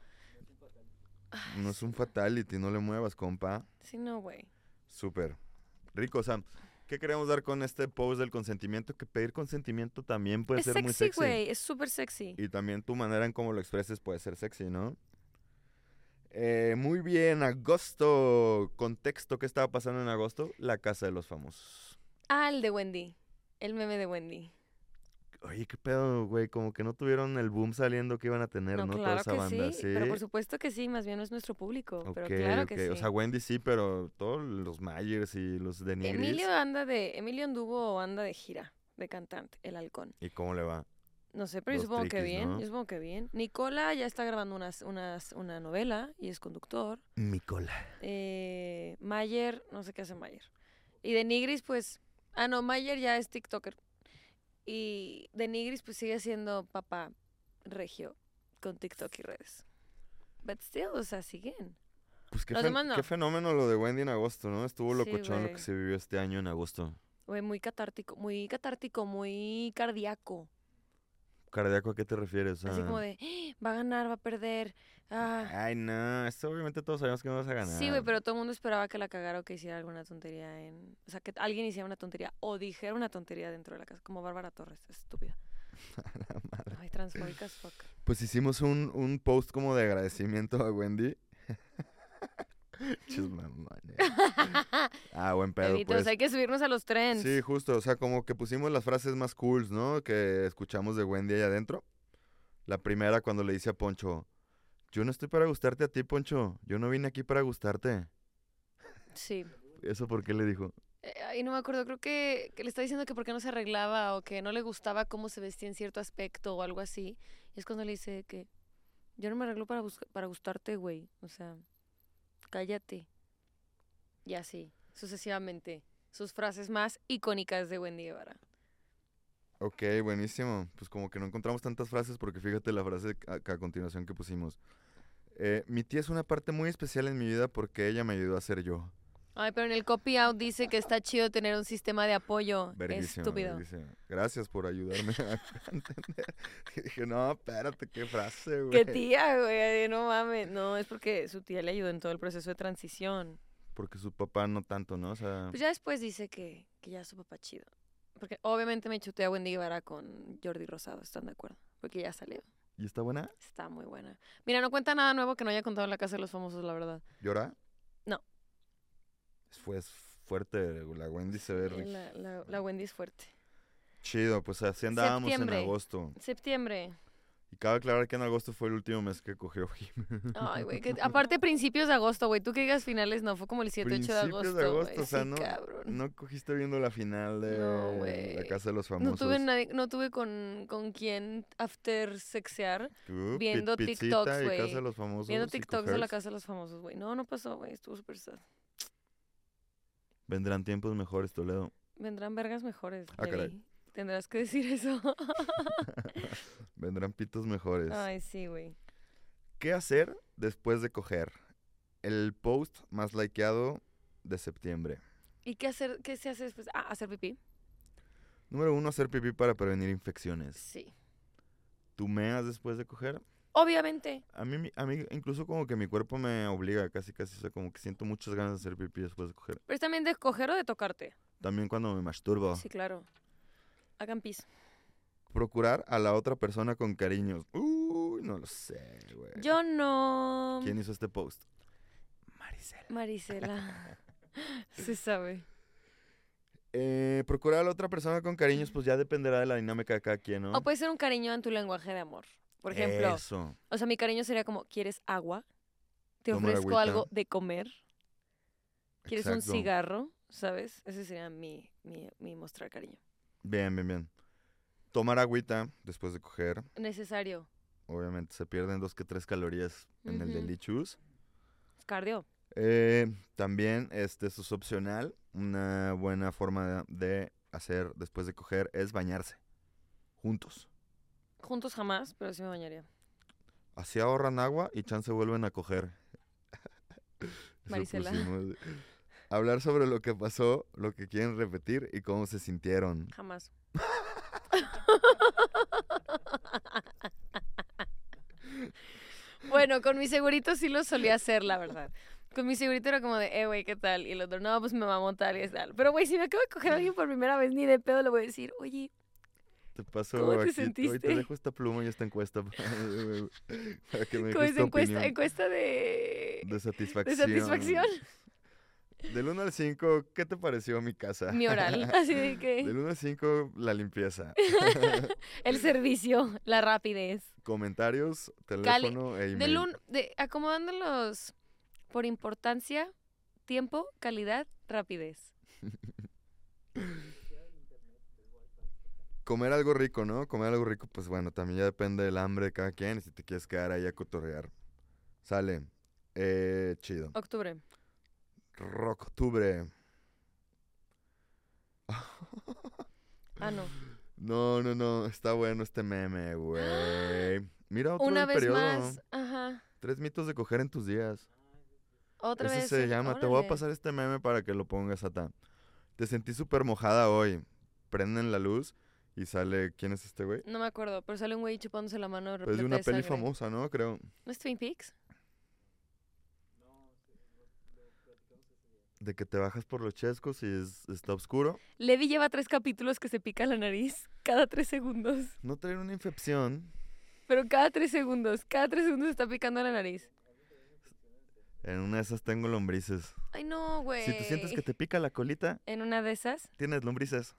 [SPEAKER 1] No es un fatality, no le muevas, compa.
[SPEAKER 2] Sí, no, güey.
[SPEAKER 1] Súper. Rico, o sea, ¿qué queremos dar con este post del consentimiento? Que pedir consentimiento también puede
[SPEAKER 2] Es
[SPEAKER 1] ser muy
[SPEAKER 2] sexy,
[SPEAKER 1] sexy.
[SPEAKER 2] güey, es súper sexy.
[SPEAKER 1] Y también tu manera en cómo lo expreses puede ser sexy, ¿no? Eh, muy bien, agosto. Contexto, ¿qué estaba pasando en agosto? La casa de los famosos.
[SPEAKER 2] Ah, el de Wendy, el meme de Wendy.
[SPEAKER 1] Oye, qué pedo, güey. Como que no tuvieron el boom saliendo que iban a tener, ¿no?
[SPEAKER 2] No,
[SPEAKER 1] Toda
[SPEAKER 2] claro
[SPEAKER 1] esa
[SPEAKER 2] que
[SPEAKER 1] banda,
[SPEAKER 2] sí, Pero por supuesto que sí, más bien no es nuestro público. pero claro que sí.
[SPEAKER 1] O sea, Wendy sí, pero todos los Myers y los de Nigris.
[SPEAKER 2] Emilio anda de. Emilio anduvo anda de gira de cantante, el halcón.
[SPEAKER 1] ¿Y cómo le va?
[SPEAKER 2] No sé, pero
[SPEAKER 1] Los
[SPEAKER 2] yo supongo que
[SPEAKER 1] triquis,
[SPEAKER 2] bien.
[SPEAKER 1] ¿no?
[SPEAKER 2] Yo supongo que bien. Nicola ya está grabando unas, unas, una novela y es conductor.
[SPEAKER 1] Mi cola.
[SPEAKER 2] Eh, Mayer, no sé qué hace Mayer. Y de Nigris, pues. Ah, no, Mayer ya es TikToker. Y de Nigris, pues sigue siendo papá regio con TikTok y redes. But still, o sea, siguen.
[SPEAKER 1] Pues qué,
[SPEAKER 2] Los
[SPEAKER 1] fen-
[SPEAKER 2] demás no.
[SPEAKER 1] qué fenómeno lo de Wendy en agosto, ¿no? Estuvo
[SPEAKER 2] Sí,
[SPEAKER 1] locochón lo
[SPEAKER 2] güey.
[SPEAKER 1] que se vivió este año en agosto.
[SPEAKER 2] Güey, muy catártico, muy catártico, muy cardíaco.
[SPEAKER 1] ¿Cardíaco a qué te refieres?
[SPEAKER 2] Así
[SPEAKER 1] Ah.
[SPEAKER 2] como de, "Ah, va a ganar, va a perder. Ah.
[SPEAKER 1] Ay, no, esto obviamente todos sabemos que no vas a ganar.
[SPEAKER 2] Sí, güey, pero todo el mundo esperaba que la cagara o que hiciera alguna tontería en... O sea, que alguien hiciera una tontería o dijera una tontería dentro de la casa, como Bárbara Torres, estúpida. Ay, transfóbica as fuck.
[SPEAKER 1] Pues hicimos un, un post como de agradecimiento a Wendy. Chis mamones. Ah, buen pedo,
[SPEAKER 2] Bebitos,
[SPEAKER 1] pues.
[SPEAKER 2] hay que subirnos a los trends.
[SPEAKER 1] Sí, justo, o sea, como que pusimos las frases más cools, ¿no? Que escuchamos de Wendy allá adentro. La primera cuando le dice a Poncho, yo no estoy para gustarte a ti, Poncho, yo no vine aquí para gustarte.
[SPEAKER 2] Sí.
[SPEAKER 1] ¿Eso por qué le dijo?
[SPEAKER 2] Eh, ay, no me acuerdo, creo que, que le está diciendo que por qué no se arreglaba o que no le gustaba cómo se vestía en cierto aspecto o algo así. Y es cuando le dice que yo no me arreglo para, busca- para gustarte, güey. O sea, cállate. Y así, sucesivamente. Sus frases más icónicas de Wendy Guevara.
[SPEAKER 1] Ok, buenísimo. Pues como que no encontramos tantas frases porque fíjate la frase a, que a continuación que pusimos. Eh, mi tía es una parte muy especial en mi vida porque ella me ayudó a ser yo.
[SPEAKER 2] Ay, pero en el copy out dice que está chido tener un sistema de apoyo.
[SPEAKER 1] Verguísima,
[SPEAKER 2] Oh, Estúpido.
[SPEAKER 1] verguísima. Gracias por ayudarme a entender. Y dije, no, espérate, qué frase, güey.
[SPEAKER 2] Qué tía, güey, no mames. No, es porque su tía le ayudó en todo el proceso de transición.
[SPEAKER 1] Porque su papá no tanto, ¿no? O sea,
[SPEAKER 2] Pues ya después dice que, que ya su papá chido. Porque obviamente me chutea a Wendy Guevara con Jordi Rosado, ¿están de acuerdo? Porque ya salió.
[SPEAKER 1] ¿y está buena?
[SPEAKER 2] Está muy buena. Mira, no cuenta nada nuevo que no haya contado en la casa de los famosos, la verdad.
[SPEAKER 1] ¿Llora?
[SPEAKER 2] No.
[SPEAKER 1] Fue es fuerte, la Wendy se ve
[SPEAKER 2] Eh,
[SPEAKER 1] ri-
[SPEAKER 2] La, la- la Wendy es fuerte.
[SPEAKER 1] chido, pues así andábamos
[SPEAKER 2] Septiembre.
[SPEAKER 1] en agosto.
[SPEAKER 2] Septiembre.
[SPEAKER 1] Y cabe aclarar que en agosto fue el último mes que cogió Jim.
[SPEAKER 2] Ay, güey. que- Aparte, principios de agosto, güey. Tú que digas finales, no. Fue como el 7, 8 de
[SPEAKER 1] Principios de
[SPEAKER 2] agosto. güey.
[SPEAKER 1] agosto, o sea,
[SPEAKER 2] Sí,
[SPEAKER 1] no-
[SPEAKER 2] cabrón.
[SPEAKER 1] No cogiste viendo la final de
[SPEAKER 2] No, güey.
[SPEAKER 1] La Casa de los
[SPEAKER 2] No
[SPEAKER 1] Famosos.
[SPEAKER 2] tuve, nadie- no tuve con, con quién after sexear.
[SPEAKER 1] Tú, pi-
[SPEAKER 2] viendo
[SPEAKER 1] pizzita
[SPEAKER 2] TikToks,
[SPEAKER 1] y
[SPEAKER 2] güey.
[SPEAKER 1] Casa de los Famosos.
[SPEAKER 2] Viendo
[SPEAKER 1] cinco
[SPEAKER 2] TikToks de la
[SPEAKER 1] hertz.
[SPEAKER 2] casa de los famosos, güey. No, no pasó, güey. Estuvo súper sad.
[SPEAKER 1] Vendrán tiempos mejores, Toledo.
[SPEAKER 2] Vendrán vergas mejores.
[SPEAKER 1] Ah, caray.
[SPEAKER 2] Levi. Tendrás que decir eso.
[SPEAKER 1] Vendrán pitos mejores.
[SPEAKER 2] Ay, sí, güey.
[SPEAKER 1] ¿Qué hacer después de coger? El post más likeado de septiembre.
[SPEAKER 2] ¿Y qué hacer? ¿Qué se hace después? Ah, hacer pipí.
[SPEAKER 1] Número uno, hacer pipí para prevenir infecciones.
[SPEAKER 2] Sí.
[SPEAKER 1] ¿Tú meas después de coger?
[SPEAKER 2] Obviamente.
[SPEAKER 1] A mí, mi- a mí incluso como que mi cuerpo me obliga casi, casi. O sea, como que siento muchas ganas de hacer pipí después de coger.
[SPEAKER 2] Pero es también de escoger o de tocarte.
[SPEAKER 1] También cuando me masturbo.
[SPEAKER 2] Sí, claro. Hagan pis.
[SPEAKER 1] Procurar a la otra persona con cariños. Uy, no lo sé, güey.
[SPEAKER 2] Yo no.
[SPEAKER 1] Eh. ¿Quién hizo este post? Maricela.
[SPEAKER 2] Marisela. Se sabe.
[SPEAKER 1] Eh, procurar a la otra persona con cariños, pues ya dependerá de la dinámica de cada quien, ¿no?
[SPEAKER 2] O puede ser un cariño en tu lenguaje de amor. Por ejemplo,
[SPEAKER 1] Eso.
[SPEAKER 2] o sea, mi cariño sería como, ¿quieres agua? ¿Te
[SPEAKER 1] Toma la
[SPEAKER 2] ofrezco
[SPEAKER 1] agüita.
[SPEAKER 2] algo de comer? ¿Quieres
[SPEAKER 1] exacto.
[SPEAKER 2] un cigarro? ¿Sabes? Ese sería mi, mi, mi mostrar cariño.
[SPEAKER 1] Bien, bien, bien. Tomar agüita después de coger.
[SPEAKER 2] Necesario.
[SPEAKER 1] Obviamente se pierden dos que tres calorías en el
[SPEAKER 2] Ujú.
[SPEAKER 1] delichus.
[SPEAKER 2] Cardio.
[SPEAKER 1] Eh, también, este, eso es opcional. Una buena forma de, de hacer después de coger es bañarse. Juntos.
[SPEAKER 2] Juntos jamás, pero sí me bañaría.
[SPEAKER 1] Así ahorran agua y chance vuelven a coger. Eso
[SPEAKER 2] Marisela.
[SPEAKER 1] pusimos. Hablar sobre lo que pasó, lo que quieren repetir y cómo se sintieron.
[SPEAKER 2] Jamás. bueno, con mi segurito sí lo solía hacer, la verdad. Con mi segurito era como de, eh, güey, ¿qué tal? Y el otro, no, pues me mamó tal y tal. Pero, güey, si me acabo de coger a alguien por primera vez, ni de pedo le voy a decir, oye,
[SPEAKER 1] Te paso
[SPEAKER 2] ¿Cómo te
[SPEAKER 1] aquí, hoy te
[SPEAKER 2] sentiste?
[SPEAKER 1] dejo esta pluma y esta encuesta para, para que me
[SPEAKER 2] ¿cómo
[SPEAKER 1] dejes
[SPEAKER 2] es
[SPEAKER 1] tu
[SPEAKER 2] encuesta?
[SPEAKER 1] opinión
[SPEAKER 2] Encuesta de...
[SPEAKER 1] de
[SPEAKER 2] de
[SPEAKER 1] satisfacción.
[SPEAKER 2] satisfacción.
[SPEAKER 1] Del 1 al 5, ¿qué te pareció mi casa?
[SPEAKER 2] Mi oral. Así de
[SPEAKER 1] Del
[SPEAKER 2] que.
[SPEAKER 1] 1 al 5, la limpieza.
[SPEAKER 2] El servicio, la rapidez.
[SPEAKER 1] Comentarios, teléfono e email.
[SPEAKER 2] Del un, de, acomodándolos por importancia, tiempo, calidad, rapidez.
[SPEAKER 1] Comer algo rico, ¿no? Comer algo rico, pues bueno, también ya depende del hambre de cada quien. y Si te quieres quedar ahí a cotorrear. Sale. Eh, chido.
[SPEAKER 2] Octubre.
[SPEAKER 1] Roctubre.
[SPEAKER 2] Ah, no.
[SPEAKER 1] No, no, no. Está bueno este meme, güey. Mira otro del
[SPEAKER 2] Una vez
[SPEAKER 1] periodo.
[SPEAKER 2] más. Ajá.
[SPEAKER 1] Tres mitos de coger en tus días.
[SPEAKER 2] Otra
[SPEAKER 1] Ese
[SPEAKER 2] vez.
[SPEAKER 1] se
[SPEAKER 2] el-
[SPEAKER 1] llama. Te voy a
[SPEAKER 2] órale.
[SPEAKER 1] pasar este meme para que lo pongas acá. Te sentí súper mojada hoy. Prenden la luz y sale. ¿Quién es este güey?
[SPEAKER 2] No me acuerdo, pero sale un güey chupándose la mano.
[SPEAKER 1] Pues de
[SPEAKER 2] repleta
[SPEAKER 1] una
[SPEAKER 2] de
[SPEAKER 1] peli
[SPEAKER 2] sangre.
[SPEAKER 1] famosa, ¿no? Creo.
[SPEAKER 2] ¿No es Twin Peaks?
[SPEAKER 1] De que te bajas por los chescos y es- está oscuro.
[SPEAKER 2] Levi lleva tres capítulos que se pica la nariz cada tres segundos.
[SPEAKER 1] No traer una infección
[SPEAKER 2] Pero cada tres segundos, cada tres segundos se está picando la nariz.
[SPEAKER 1] En una de esas tengo lombrices.
[SPEAKER 2] Ay, no, güey.
[SPEAKER 1] Si tú sientes que te pica la colita,
[SPEAKER 2] En una de esas.
[SPEAKER 1] tienes lombrices.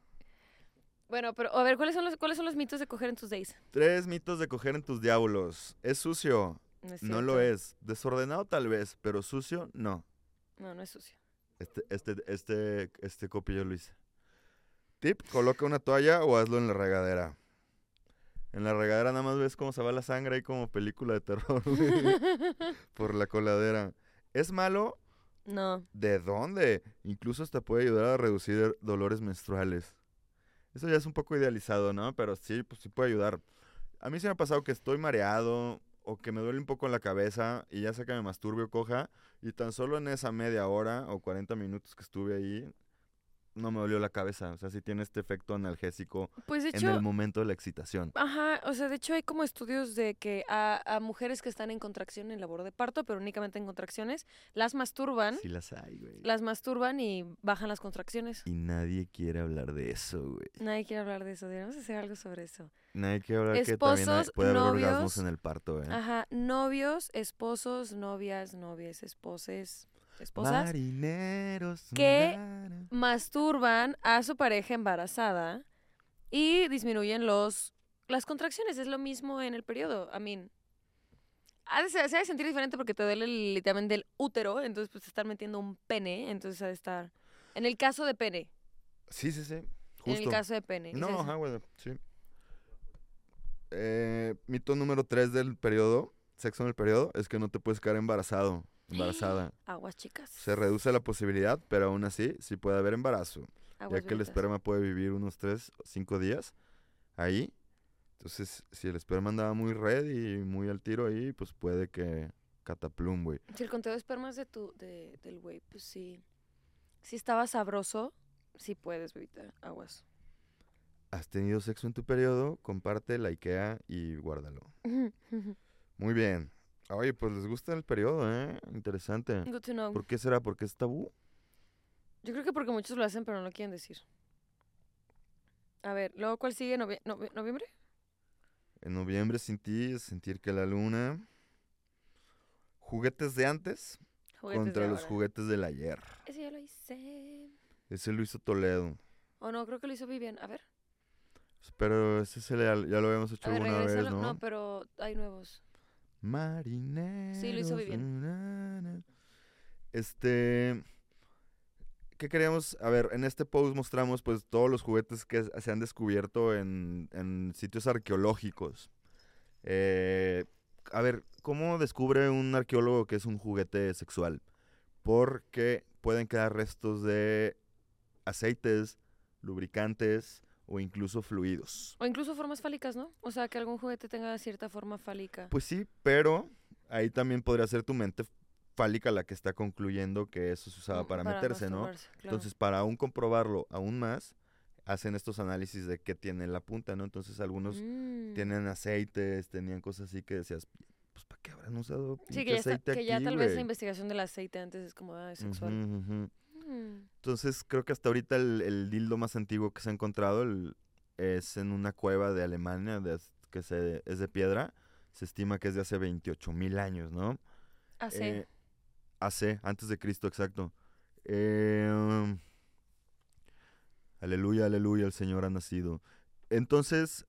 [SPEAKER 2] Bueno, pero a ver, ¿cuáles son los, ¿cuáles son los mitos de coger en tus days?
[SPEAKER 1] Tres mitos de coger en tus diablos. Es sucio.
[SPEAKER 2] es
[SPEAKER 1] No lo
[SPEAKER 2] cierto.
[SPEAKER 1] es. Desordenado tal vez, pero sucio no.
[SPEAKER 2] No, no es sucio.
[SPEAKER 1] Este, este, este, este copio yo lo hice. Tip, coloca una toalla o hazlo en la regadera. En la regadera nada más ves cómo se va la sangre ahí como película de terror güey, por la coladera. ¿Es malo?
[SPEAKER 2] No.
[SPEAKER 1] ¿De dónde? Incluso hasta puede ayudar a reducir dolores menstruales. Eso ya es un poco idealizado, ¿no? Pero sí, pues sí puede ayudar. A mí se me ha pasado que estoy mareado o que me duele un poco la cabeza y ya sea que me masturbe o coja y tan solo en esa media hora o 40 minutos que estuve ahí no me dolió la cabeza. O sea, sí tiene este efecto analgésico
[SPEAKER 2] Pues de
[SPEAKER 1] en el
[SPEAKER 2] hecho,
[SPEAKER 1] momento de la excitación.
[SPEAKER 2] ajá, o sea, de hecho hay como estudios de que a, a mujeres que están en contracción en labor de parto, pero únicamente en contracciones, las masturban,
[SPEAKER 1] Sí las hay, güey.
[SPEAKER 2] las masturban y bajan las contracciones.
[SPEAKER 1] Y nadie quiere hablar de eso, güey.
[SPEAKER 2] Nadie quiere hablar de eso, deberíamos hacer algo sobre eso.
[SPEAKER 1] Nadie quiere hablar que también hay-
[SPEAKER 2] Esposos,
[SPEAKER 1] puede haber orgasmos
[SPEAKER 2] novios,
[SPEAKER 1] en el parto, ¿eh?
[SPEAKER 2] Ajá, novios, esposos, novias, novias, esposas, esposas,
[SPEAKER 1] Marineros.
[SPEAKER 2] que-
[SPEAKER 1] na, na.
[SPEAKER 2] masturban a su pareja embarazada y disminuyen los las contracciones. Es lo mismo en el periodo. I mean, ha de se, se ha de sentir diferente porque te duele el- literalmente el útero, entonces pues te están metiendo un pene, entonces ha de estar... En el caso de pene,
[SPEAKER 1] Sí, sí, sí.
[SPEAKER 2] en el
[SPEAKER 1] Justo.
[SPEAKER 2] caso de pene. y se
[SPEAKER 1] No,
[SPEAKER 2] hace-
[SPEAKER 1] ajá, güey. Sí. Eh, mito número 3 del periodo, sexo en el periodo, es que no te puedes quedar embarazado. Embarazada.
[SPEAKER 2] Aguas chicas.
[SPEAKER 1] Se reduce la posibilidad, pero aún así sí puede haber embarazo,
[SPEAKER 2] aguas
[SPEAKER 1] ya que el
[SPEAKER 2] velitas.
[SPEAKER 1] esperma puede vivir unos 3 o 5 días ahí. Entonces, si el esperma andaba muy red y muy al tiro ahí, pues puede que cataplum, güey.
[SPEAKER 2] Si el conteo de espermas de tu, de, del güey, pues sí. Si estaba sabroso, sí puedes, bebita. Aguas.
[SPEAKER 1] ¿Has tenido sexo en tu periodo? Comparte, likea y guárdalo. Muy bien. Oye, pues les gusta el periodo, ¿eh? Interesante.
[SPEAKER 2] Good to know.
[SPEAKER 1] ¿Por qué será? ¿Por qué es tabú?
[SPEAKER 2] Yo creo que porque muchos lo hacen, pero no lo quieren decir. A ver, luego, ¿cuál sigue? Novie- novie- ¿Noviembre?
[SPEAKER 1] En noviembre sin ti, es sentir que la luna... Juguetes de antes
[SPEAKER 2] Juguetes de
[SPEAKER 1] contra los
[SPEAKER 2] ahora.
[SPEAKER 1] juguetes del ayer.
[SPEAKER 2] Ese ya lo hice.
[SPEAKER 1] Ese lo hizo Toledo.
[SPEAKER 2] O no, creo que lo hizo Vivian. A ver,
[SPEAKER 1] Pero ese se le- ya lo habíamos hecho
[SPEAKER 2] a ver,
[SPEAKER 1] alguna vez,
[SPEAKER 2] regrésalo.
[SPEAKER 1] ¿no?
[SPEAKER 2] No, pero hay nuevos.
[SPEAKER 1] Marineros.
[SPEAKER 2] Vivian.
[SPEAKER 1] na, na. Este. ¿Qué queríamos? A ver, en este post mostramos pues todos los juguetes que s- se han descubierto en, en sitios arqueológicos. Eh, a ver, ¿cómo descubre un arqueólogo que es un juguete sexual? Porque pueden quedar restos de aceites, lubricantes o incluso fluidos.
[SPEAKER 2] O incluso formas fálicas, ¿no? O sea, que algún juguete tenga cierta forma fálica.
[SPEAKER 1] Pues sí, pero ahí también podría ser tu mente fálica la que está concluyendo que eso se usaba
[SPEAKER 2] Mm,
[SPEAKER 1] para, meterse, ¿no?
[SPEAKER 2] masturbarse, claro.
[SPEAKER 1] Entonces, para aún comprobarlo aún más, hacen estos análisis de qué tiene la punta, ¿no? Entonces, algunos
[SPEAKER 2] Mm.
[SPEAKER 1] tenían aceites, tenían cosas así que decías, pues, ¿para qué habrán usado
[SPEAKER 2] Sí,
[SPEAKER 1] pinche
[SPEAKER 2] que ya, está-
[SPEAKER 1] aceite
[SPEAKER 2] que ya
[SPEAKER 1] aquí,
[SPEAKER 2] tal vez la
[SPEAKER 1] güey?"
[SPEAKER 2] investigación del aceite antes es como ah, es sexual.
[SPEAKER 1] Ujú, ujú.
[SPEAKER 2] Mm.
[SPEAKER 1] Entonces, creo que hasta ahorita el, el dildo más antiguo que se ha encontrado el- es en una cueva de Alemania de- que se, es de piedra. Se estima que es de hace 28 mil años, ¿no?
[SPEAKER 2] Ah, sí.
[SPEAKER 1] Eh, AC, antes de Cristo, exacto. Eh, aleluya, aleluya, el Señor ha nacido. Entonces,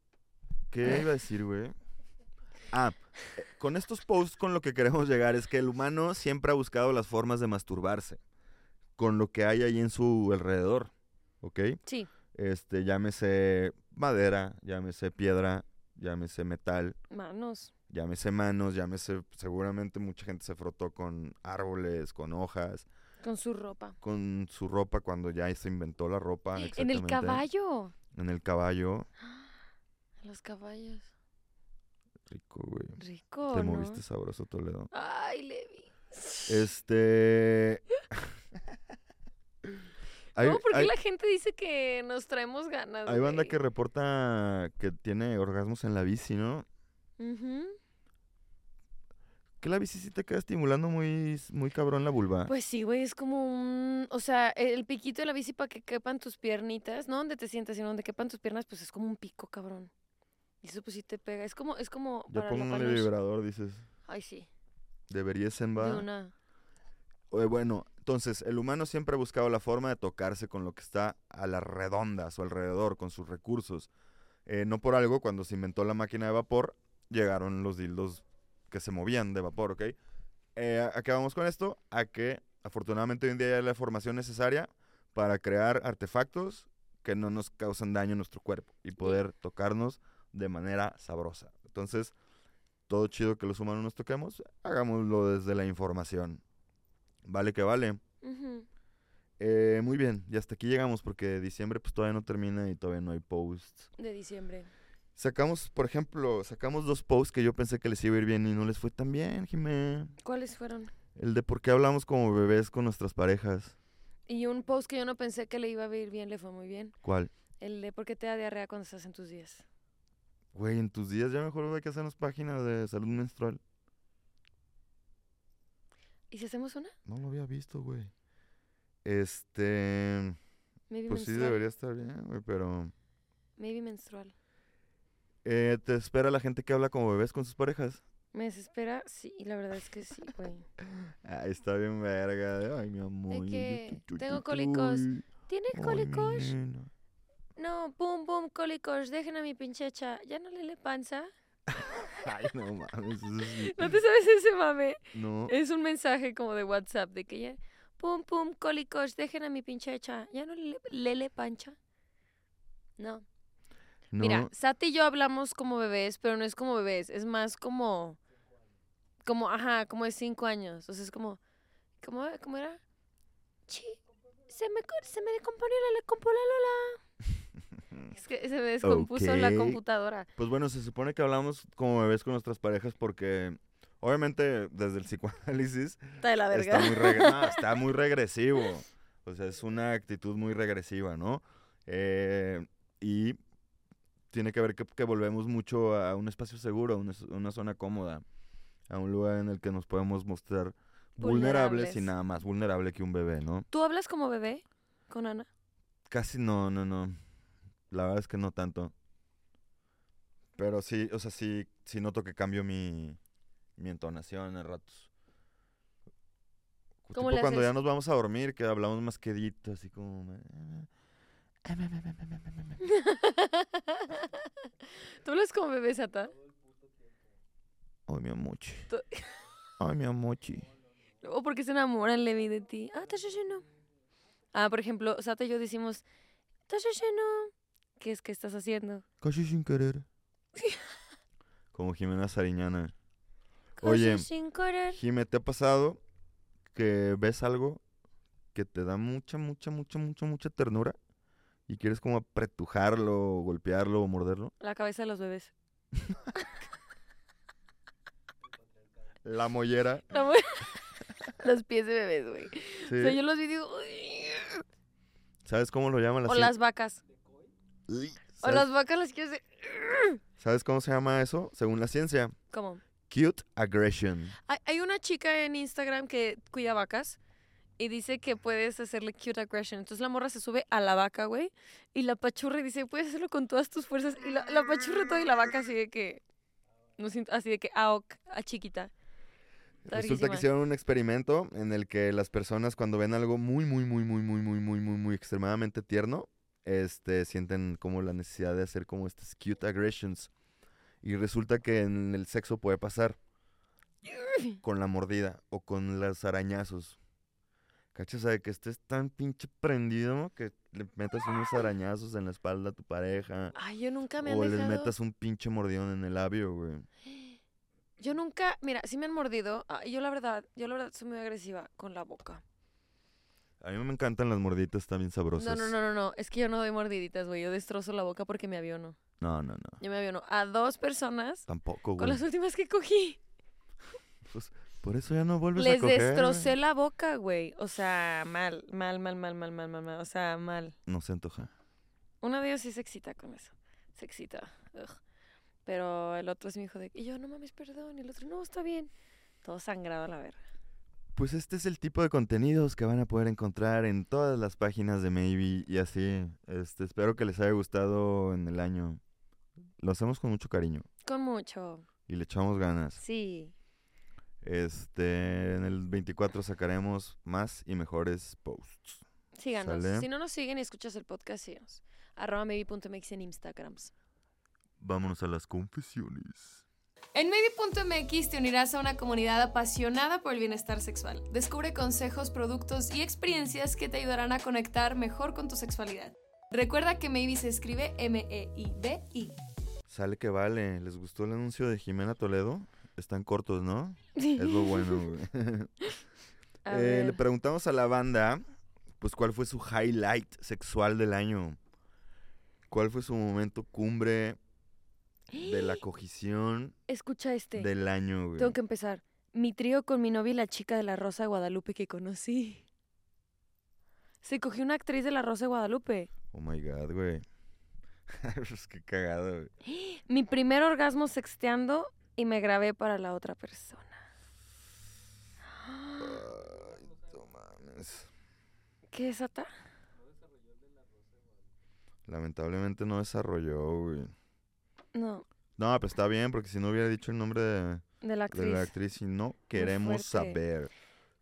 [SPEAKER 1] ¿qué iba a decir, güey? Ah, eh, con estos posts con lo que queremos llegar es que el humano siempre ha buscado las formas de masturbarse con lo que hay ahí en su alrededor, ¿ok?
[SPEAKER 2] Sí,
[SPEAKER 1] Este, llámese madera, llámese piedra, llámese metal,
[SPEAKER 2] manos.
[SPEAKER 1] llámese manos, llámese, seguramente mucha gente se frotó con árboles, con hojas,
[SPEAKER 2] Con su ropa.
[SPEAKER 1] con su ropa cuando ya se inventó la ropa.
[SPEAKER 2] En
[SPEAKER 1] Ah,
[SPEAKER 2] el
[SPEAKER 1] exactamente.
[SPEAKER 2] caballo.
[SPEAKER 1] En el caballo.
[SPEAKER 2] Los caballos.
[SPEAKER 1] Rico, güey.
[SPEAKER 2] Rico.
[SPEAKER 1] Te
[SPEAKER 2] Oh, ¿no?
[SPEAKER 1] moviste sabroso, Toledo.
[SPEAKER 2] Ay, Levi.
[SPEAKER 1] Este. hay,
[SPEAKER 2] no, porque
[SPEAKER 1] hay-
[SPEAKER 2] la gente dice que nos traemos ganas.
[SPEAKER 1] hay banda
[SPEAKER 2] güey?
[SPEAKER 1] que reporta que tiene orgasmos en la bici, ¿no?
[SPEAKER 2] Ujú.
[SPEAKER 1] Que la bici sí te queda estimulando muy, muy cabrón la vulva.
[SPEAKER 2] Pues sí, güey, es como un. O sea, el piquito de la bici para que quepan tus piernitas, no donde te sientas, sino donde quepan tus piernas, pues es como un pico, cabrón. Y eso pues sí te pega. Es como, es como
[SPEAKER 1] ya
[SPEAKER 2] para la
[SPEAKER 1] póngale
[SPEAKER 2] panuche.
[SPEAKER 1] vibrador, dices.
[SPEAKER 2] Ay, sí.
[SPEAKER 1] Deberías en
[SPEAKER 2] De
[SPEAKER 1] va.
[SPEAKER 2] una.
[SPEAKER 1] Eh, bueno, entonces, el humano siempre ha buscado la forma de tocarse con lo que está a la redonda, a su alrededor, con sus recursos. Eh, no por algo, cuando se inventó la máquina de vapor, llegaron los dildos que se movían de vapor, ¿ok? Eh, acabamos con esto, a que afortunadamente hoy en día ya hay la formación necesaria para crear artefactos que no nos causan daño a nuestro cuerpo y poder tocarnos de manera sabrosa. Entonces, todo chido que los humanos nos toquemos, hagámoslo desde la información. Vale que vale.
[SPEAKER 2] Ujú.
[SPEAKER 1] Eh, muy bien, y hasta aquí llegamos porque diciembre pues todavía no termina y todavía no hay posts.
[SPEAKER 2] De diciembre.
[SPEAKER 1] Sacamos, por ejemplo, sacamos dos posts que yo pensé que les iba a ir bien y no les fue tan bien, Jimé.
[SPEAKER 2] ¿Cuáles fueron?
[SPEAKER 1] El de por qué hablamos como bebés con nuestras parejas.
[SPEAKER 2] Y un post que yo no pensé que le iba a ir bien, le fue muy bien.
[SPEAKER 1] ¿Cuál?
[SPEAKER 2] El de por qué te da diarrea cuando estás en tus días.
[SPEAKER 1] Güey, en tus días ya mejor hay que hacernos páginas de salud menstrual.
[SPEAKER 2] ¿Y si hacemos una?
[SPEAKER 1] No lo había visto, güey. Este...
[SPEAKER 2] Maybe
[SPEAKER 1] Pues sí,
[SPEAKER 2] menstrual.
[SPEAKER 1] debería estar bien, güey, pero...
[SPEAKER 2] Maybe menstrual.
[SPEAKER 1] Eh, ¿Te espera la gente que habla como bebés con sus parejas?
[SPEAKER 2] ¿Me desespera? Sí, la verdad es que sí, güey.
[SPEAKER 1] Ay, Ah, está bien verga. ¿eh? Ay, mi amor.
[SPEAKER 2] que tengo cólicos. ¿Tiene cólicos? No, boom, boom, cólicos, dejen a mi pinchecha. ¿Ya no le le panza?
[SPEAKER 1] Ay, no mames. eso sí.
[SPEAKER 2] ¿No te sabes ese mame?
[SPEAKER 1] No.
[SPEAKER 2] Es un mensaje como de WhatsApp de que ya... Pum, pum, cólicos, dejen a mi pinchecha. ¿Ya no le le, le pancha? No.
[SPEAKER 1] no.
[SPEAKER 2] Mira, Sati y yo hablamos como bebés, pero no es como bebés. Es más como... Como, ajá, como de cinco años. O sea, es como... ¿Cómo, cómo era? Chi, se me, co- se me descompone la, la compo- la, la, la. Es que se me descompuso la
[SPEAKER 1] Ok.
[SPEAKER 2] computadora.
[SPEAKER 1] Pues bueno, se supone que hablamos como bebés con nuestras parejas porque obviamente desde el psicoanálisis
[SPEAKER 2] Está de la verga.
[SPEAKER 1] está muy, reg- no, está muy regresivo. O sea, es una actitud muy regresiva, ¿no? Eh, y tiene que ver que, que volvemos mucho a un espacio seguro, a una, z- una zona cómoda, a un lugar en el que nos podemos mostrar vulnerables y
[SPEAKER 2] Vulnerables.
[SPEAKER 1] nada más vulnerable que un bebé, ¿no?
[SPEAKER 2] ¿Tú hablas como bebé con Ana?
[SPEAKER 1] Casi no, no, no. La verdad es que no tanto. Pero sí, o sea, sí, sí noto que cambio mi, mi entonación a ratos.
[SPEAKER 2] ¿Cómo
[SPEAKER 1] Tipo
[SPEAKER 2] le
[SPEAKER 1] cuando ya
[SPEAKER 2] haces?
[SPEAKER 1] nos vamos a dormir, que hablamos más quedito, así como...
[SPEAKER 2] ¿Tú hablas como bebé, Sata?
[SPEAKER 1] Ay, mi amochi.
[SPEAKER 2] To-
[SPEAKER 1] Ay, mi amochi.
[SPEAKER 2] ¿O porque se enamoran, Levi, de ti? Ah, estás lleno. Ah, por ejemplo, Sata y yo decimos, estás lleno. ¿Qué es que estás haciendo?
[SPEAKER 1] Casi sin querer. Como Jimena Sariñana.
[SPEAKER 2] Cosas
[SPEAKER 1] Oye.
[SPEAKER 2] sin querer.
[SPEAKER 1] Jime, ¿te ha pasado que ves algo que te da mucha, mucha, mucha, mucha, mucha ternura y quieres como apretujarlo, o golpearlo o morderlo?
[SPEAKER 2] La cabeza de los bebés.
[SPEAKER 1] La mollera.
[SPEAKER 2] La mu- los pies de bebés, güey.
[SPEAKER 1] sí.
[SPEAKER 2] O sea, yo los vi y digo, "Uy".
[SPEAKER 1] ¿Sabes cómo lo llaman
[SPEAKER 2] O las vacas.
[SPEAKER 1] ¿Sabes,
[SPEAKER 2] O las vacas las quieres de...
[SPEAKER 1] ¿Sabes cómo se llama eso? Según la ciencia,
[SPEAKER 2] ¿Cómo?
[SPEAKER 1] cute aggression.
[SPEAKER 2] Hay, hay una chica en Instagram que cuida vacas y dice que puedes hacerle cute aggression. Entonces la morra se sube a la vaca, güey, y la pachurra y dice, puedes hacerlo con todas tus fuerzas. Y la, la pachurra toda y la vaca así de que... No siento, así de que, ah, ok, a ah, chiquita.
[SPEAKER 1] Resulta que
[SPEAKER 2] Larguísima.
[SPEAKER 1] hicieron un experimento en el que las personas cuando ven algo muy, muy, muy, muy, muy, muy, muy, muy, muy extremadamente tierno, este, sienten como la necesidad de hacer como estas cute aggressions. Y resulta que en el sexo puede pasar con la mordida o con los arañazos. ¿Cachas? O sea, que estés tan pinche prendido que le metas unos arañazos en la espalda a tu pareja.
[SPEAKER 2] Ay, yo nunca Ah, me han
[SPEAKER 1] O les
[SPEAKER 2] dejado.
[SPEAKER 1] metas un pinche mordión en el labio, güey.
[SPEAKER 2] Yo nunca, mira, sí me han mordido. ah, yo la verdad, yo la verdad soy muy agresiva con la boca.
[SPEAKER 1] A mí me encantan las morditas también
[SPEAKER 2] No,
[SPEAKER 1] sabrosas.
[SPEAKER 2] no, no, no, no. Es que yo no doy mordiditas, güey. Yo destrozo la boca porque me aviono.
[SPEAKER 1] No, no, no.
[SPEAKER 2] Yo me aviono a dos personas
[SPEAKER 1] Tampoco,
[SPEAKER 2] con
[SPEAKER 1] Oh, güey.
[SPEAKER 2] las últimas que cogí.
[SPEAKER 1] Por eso ya no vuelves a
[SPEAKER 2] Les
[SPEAKER 1] coger.
[SPEAKER 2] destrocé la boca, güey. O sea, mal, mal, mal, mal, mal, mal, mal, mal. O sea, mal.
[SPEAKER 1] No se antoja.
[SPEAKER 2] Uno de ellos sí se excita con eso. Se excita. ugh. Pero el otro es mi hijo de... Y yo, no mames, perdón. Y el otro, no, está bien. Todo sangrado a la verga.
[SPEAKER 1] Pues este es el tipo de contenidos que van a poder encontrar en todas las páginas de Maybe y así. Este, espero que les haya gustado en el año. Lo hacemos con mucho cariño
[SPEAKER 2] Con mucho.
[SPEAKER 1] y le echamos ganas.
[SPEAKER 2] Sí.
[SPEAKER 1] Este, en el 24 sacaremos más y mejores posts.
[SPEAKER 2] Síganos.
[SPEAKER 1] Sale.
[SPEAKER 2] Si no nos siguen y escuchas el podcast, síganos. Arroba maybe.mx en Instagrams.
[SPEAKER 1] Vámonos a las confesiones.
[SPEAKER 3] En Maybe.mx te unirás a una comunidad apasionada por el bienestar sexual. Descubre consejos, productos y experiencias que te ayudarán a conectar mejor con tu sexualidad. Recuerda que Maybe se escribe E M-E-I-B-I.
[SPEAKER 1] Sale que vale. ¿Les gustó el anuncio de Jimena Toledo? Están cortos, ¿no? Es lo bueno, güey.
[SPEAKER 2] A
[SPEAKER 1] Eh, le
[SPEAKER 2] ver.
[SPEAKER 1] preguntamos a la banda, pues, cuál fue su highlight sexual del año. ¿Cuál fue su momento cumbre de la cogición
[SPEAKER 2] Escucha este.
[SPEAKER 1] del año, güey?
[SPEAKER 2] Tengo que empezar. Mi trío con mi novia y la chica de la Rosa de Guadalupe que conocí. Se cogió una actriz de la Rosa de Guadalupe.
[SPEAKER 1] Oh my god, güey. Pues, qué cagado, güey.
[SPEAKER 2] Mi primer orgasmo sexteando y me grabé para la otra persona. ¡Ah!
[SPEAKER 1] Ay, no mames.
[SPEAKER 2] ¿Qué es Ata?
[SPEAKER 1] Lamentablemente no desarrolló, güey.
[SPEAKER 2] No,
[SPEAKER 1] No, pues está bien, porque si no hubiera dicho el nombre de,
[SPEAKER 2] de la
[SPEAKER 1] de
[SPEAKER 2] actriz.
[SPEAKER 1] la actriz y no queremos
[SPEAKER 2] fuerte.
[SPEAKER 1] saber.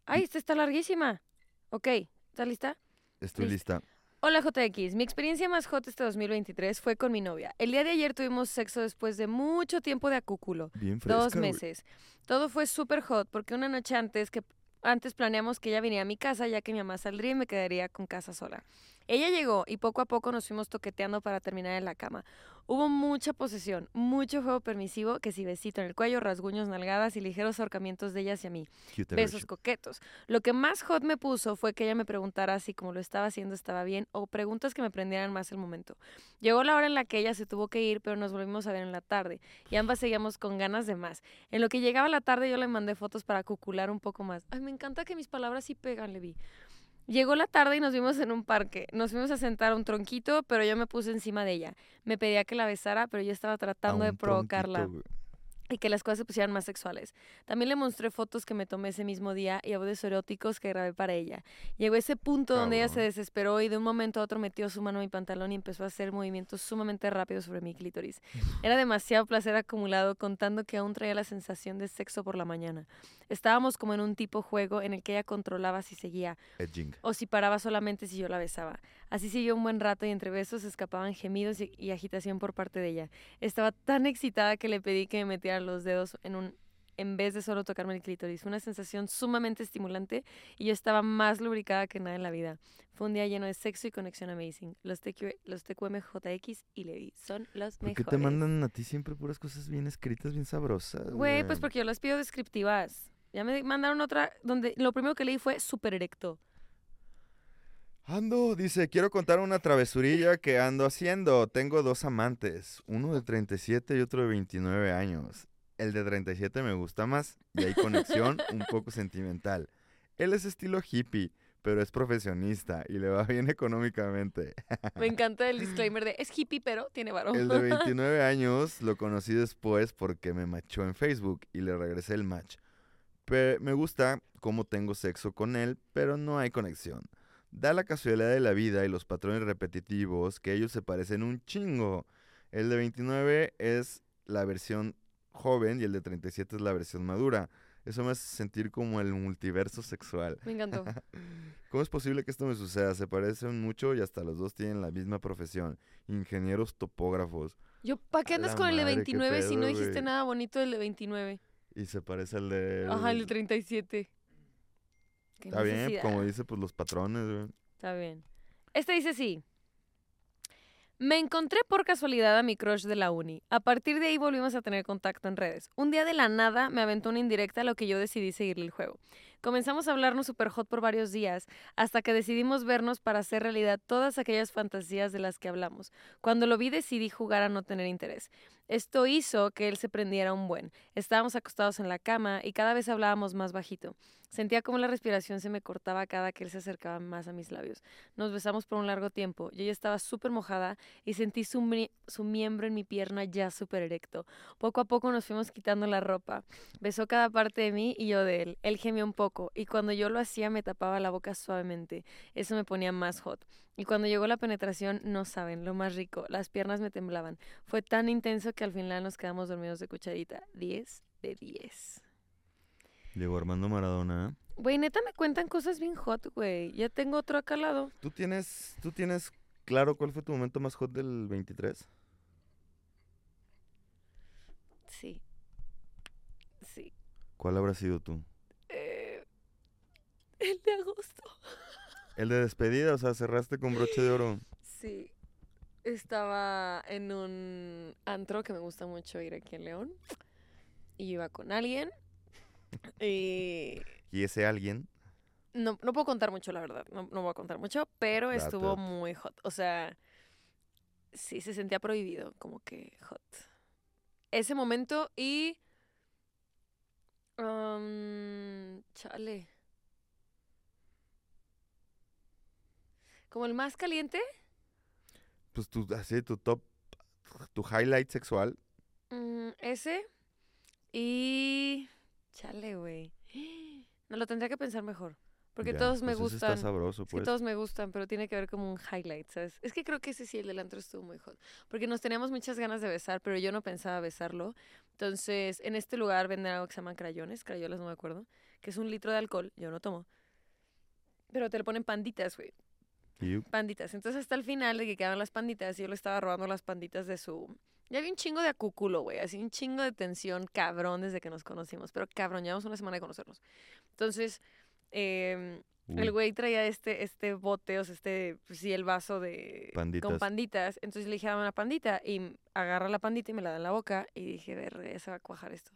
[SPEAKER 2] Ay, esta está larguísima. Ok, ¿estás lista?
[SPEAKER 1] Estoy
[SPEAKER 2] Listo.
[SPEAKER 1] lista.
[SPEAKER 2] Hola JX, mi experiencia más hot este 2023 fue con mi novia. El día de ayer tuvimos sexo después de mucho tiempo de acúculo.
[SPEAKER 1] Bien fresca,
[SPEAKER 2] Dos
[SPEAKER 1] güey.
[SPEAKER 2] meses. Todo fue súper hot porque una noche antes que antes planeamos que ella viniera a mi casa ya que mi mamá saldría y me quedaría con casa sola. Ella llegó y poco a poco nos fuimos toqueteando para terminar en la cama. Hubo mucha posesión, mucho juego permisivo, que si besito en el cuello, rasguños, nalgadas y ligeros ahorcamientos de ella hacia mí
[SPEAKER 1] Cute
[SPEAKER 2] besos
[SPEAKER 1] aggression.
[SPEAKER 2] coquetos. Lo que más hot me puso fue que ella me preguntara si como lo estaba haciendo estaba bien o preguntas que me prendieran más el momento. Llegó la hora en la que ella se tuvo que ir, pero nos volvimos a ver en la tarde y ambas seguíamos con ganas de más. En lo que llegaba la tarde yo le mandé fotos para cucular un poco más. Ay, me encanta que mis palabras sí pegan, Levi. Llegó la tarde y nos vimos en un parque. Nos fuimos a sentar a un tronquito, pero yo me puse encima de ella. Me pedía que la besara, pero yo estaba
[SPEAKER 1] A
[SPEAKER 2] tratando de
[SPEAKER 1] un
[SPEAKER 2] provocarla
[SPEAKER 1] tronquito, güey.
[SPEAKER 2] y que las cosas se pusieran más sexuales. También le mostré fotos que me tomé ese mismo día y audios eróticos que grabé para ella. Llegó ese punto donde ella se
[SPEAKER 1] Cabrón.
[SPEAKER 2] desesperó y de un momento a otro metió su mano en mi pantalón y empezó a hacer movimientos sumamente rápidos sobre mi clítoris. Era demasiado placer acumulado contando que aún traía la sensación de sexo por la mañana. Estábamos como en un tipo juego en el que ella controlaba si seguía
[SPEAKER 1] Edging.
[SPEAKER 2] o si paraba solamente si yo la besaba. Así siguió un buen rato y entre besos escapaban gemidos y, y agitación por parte de ella. Estaba tan excitada que le pedí que me metiera los dedos en un en vez de solo tocarme el clítoris. Fue Una sensación sumamente estimulante y yo estaba más lubricada que nada en la vida. Fue un día lleno de sexo y conexión amazing. Los, TQ, los TQMJX y Levi son los
[SPEAKER 1] ¿Por
[SPEAKER 2] mejores.
[SPEAKER 1] qué te mandan a ti siempre puras cosas bien escritas, bien sabrosas?
[SPEAKER 2] Güey, pues porque yo las pido descriptivas. Ya me mandaron otra donde lo primero que leí fue súper erecto.
[SPEAKER 1] Ando, dice, quiero contar una travesurilla que ando haciendo. Tengo dos amantes, uno de 37 y otro de 29 años. El de 37 me gusta más y hay conexión un poco sentimental. Él es estilo hippie, pero es profesionista y le va bien económicamente.
[SPEAKER 2] Me encanta el disclaimer de es hippie, pero tiene varón.
[SPEAKER 1] El de 29 años lo conocí después porque me machó en Facebook y le regresé el match. Pe- me gusta cómo tengo sexo con él, pero no hay conexión. Da la casualidad de la vida y los patrones repetitivos que ellos se parecen un chingo. El de 29 es la versión joven y el de 37 es la versión madura. Eso me hace sentir como el multiverso sexual.
[SPEAKER 2] Me encantó.
[SPEAKER 1] ¿Cómo es posible que esto me suceda? Se parecen mucho y hasta los dos tienen la misma profesión. Ingenieros topógrafos.
[SPEAKER 2] Yo, ¿para qué
[SPEAKER 1] A
[SPEAKER 2] andas
[SPEAKER 1] la
[SPEAKER 2] con el de
[SPEAKER 1] madre, qué
[SPEAKER 2] 29 si no
[SPEAKER 1] pedo,
[SPEAKER 2] dijiste
[SPEAKER 1] güey.
[SPEAKER 2] nada bonito del de 29?
[SPEAKER 1] Y se parece al de...
[SPEAKER 2] Ajá, el de 37. Qué
[SPEAKER 1] Está bien,
[SPEAKER 2] necesidad.
[SPEAKER 1] como dice, pues los patrones, güey.
[SPEAKER 2] Está bien. Este dice así. Me encontré por casualidad a mi crush de la uni. A partir de ahí volvimos a tener contacto en redes. Un día de la nada me aventó una indirecta a lo que yo decidí seguirle el juego. Comenzamos a hablarnos super hot por varios días, hasta que decidimos vernos para hacer realidad todas aquellas fantasías de las que hablamos. Cuando lo vi decidí jugar a no tener interés. Esto hizo que él se prendiera un buen. Estábamos acostados en la cama y cada vez hablábamos más bajito. Sentía como la respiración se me cortaba cada que él se acercaba más a mis labios. Nos besamos por un largo tiempo. Yo ya estaba súper mojada y sentí su, mie- su miembro en mi pierna ya súper erecto. Poco a poco nos fuimos quitando la ropa. Besó cada parte de mí y yo de él. Él gemió un poco y cuando yo lo hacía me tapaba la boca suavemente. Eso me ponía más hot. Y cuando llegó la penetración, no saben, lo más rico. Las piernas me temblaban. Fue tan intenso que al final nos quedamos dormidos de cucharita. 10 de 10.
[SPEAKER 1] Diego Armando Maradona. ¿eh?
[SPEAKER 2] Güey, neta me cuentan cosas bien hot, güey. Ya tengo otro acá al lado.
[SPEAKER 1] ¿Tú tienes, ¿Tú tienes claro cuál fue tu momento más hot del 23?
[SPEAKER 2] Sí. Sí.
[SPEAKER 1] ¿Cuál habrá sido tú?
[SPEAKER 2] Eh, el de agosto.
[SPEAKER 1] El de despedida, o sea, cerraste con broche de oro.
[SPEAKER 2] Sí. Estaba en un antro que me gusta mucho ir aquí en León. Y iba con alguien. Y
[SPEAKER 1] Y ese alguien,
[SPEAKER 2] no, no puedo contar mucho, la verdad. No, no voy a contar mucho, pero
[SPEAKER 1] Date,
[SPEAKER 2] estuvo
[SPEAKER 1] date.
[SPEAKER 2] muy hot. O sea, sí, se sentía prohibido, como que hot. Ese momento y... um, chale. Como el más caliente.
[SPEAKER 1] pues tu, así tu top, tu highlight sexual.
[SPEAKER 2] mm, ese. Y... Chale, güey. No lo tendría que pensar mejor. Porque
[SPEAKER 1] Ya,
[SPEAKER 2] todos me
[SPEAKER 1] pues ese
[SPEAKER 2] gustan.
[SPEAKER 1] Está sabroso,
[SPEAKER 2] Es que
[SPEAKER 1] pues.
[SPEAKER 2] todos me gustan, pero tiene que ver como un highlight, ¿sabes? Es que creo que ese sí, el del antro estuvo muy hot. Porque nos teníamos muchas ganas de besar, pero yo no pensaba besarlo. Entonces, en este lugar venden algo que se llaman crayones, crayolas no me acuerdo, que es un litro de alcohol, yo no tomo. Pero te le ponen panditas, güey,
[SPEAKER 1] Iu.
[SPEAKER 2] panditas. Entonces, hasta el final de que quedaban las panditas, yo le estaba robando las panditas de su... Ya había un chingo de acúculo, güey, así un chingo de tensión, cabrón, desde que nos conocimos. Pero cabrón, llevamos una semana de conocernos. Entonces, eh,
[SPEAKER 1] Uy,
[SPEAKER 2] el güey traía este, este bote, o sea, este, pues, sí, el vaso de...
[SPEAKER 1] Panditas.
[SPEAKER 2] Con panditas. Entonces le dije, dame una pandita. Y m- agarra la pandita y me la da en la boca. Y dije, ver, se va a cuajar esto.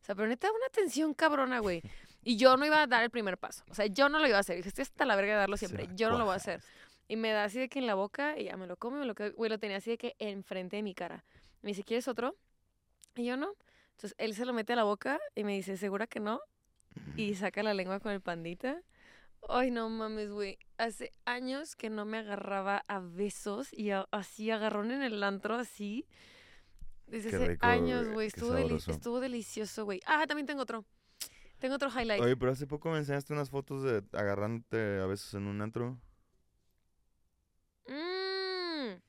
[SPEAKER 2] O sea, pero neta, una tensión cabrona, güey. Y yo no iba a dar el primer paso. O sea, yo no lo iba a hacer. Dije, estoy hasta la verga de darlo
[SPEAKER 1] se
[SPEAKER 2] siempre.
[SPEAKER 1] va
[SPEAKER 2] Yo no lo voy a
[SPEAKER 1] cuajar.
[SPEAKER 2] hacer. Y me da así de que en la boca, y ya me lo come, me lo quedo. Güey, lo tenía así de que enfrente de mi cara. Me dice, ¿quieres otro? Y yo no. Entonces él se lo mete a la boca y me dice, ¿segura que no? Y saca la lengua con el pandita. Ay, no mames, güey. Hace años que no me agarraba a besos y a- así agarrón en el antro, así. Desde
[SPEAKER 1] Qué
[SPEAKER 2] hace
[SPEAKER 1] rico,
[SPEAKER 2] años,
[SPEAKER 1] güey,
[SPEAKER 2] güey.
[SPEAKER 1] qué
[SPEAKER 2] Estuvo, deli-
[SPEAKER 1] sabroso.
[SPEAKER 2] estuvo delicioso, güey. Ah, también tengo otro. Tengo otro highlight.
[SPEAKER 1] Oye, pero hace poco me enseñaste unas fotos de agarrándote a veces en un antro.
[SPEAKER 2] Mm.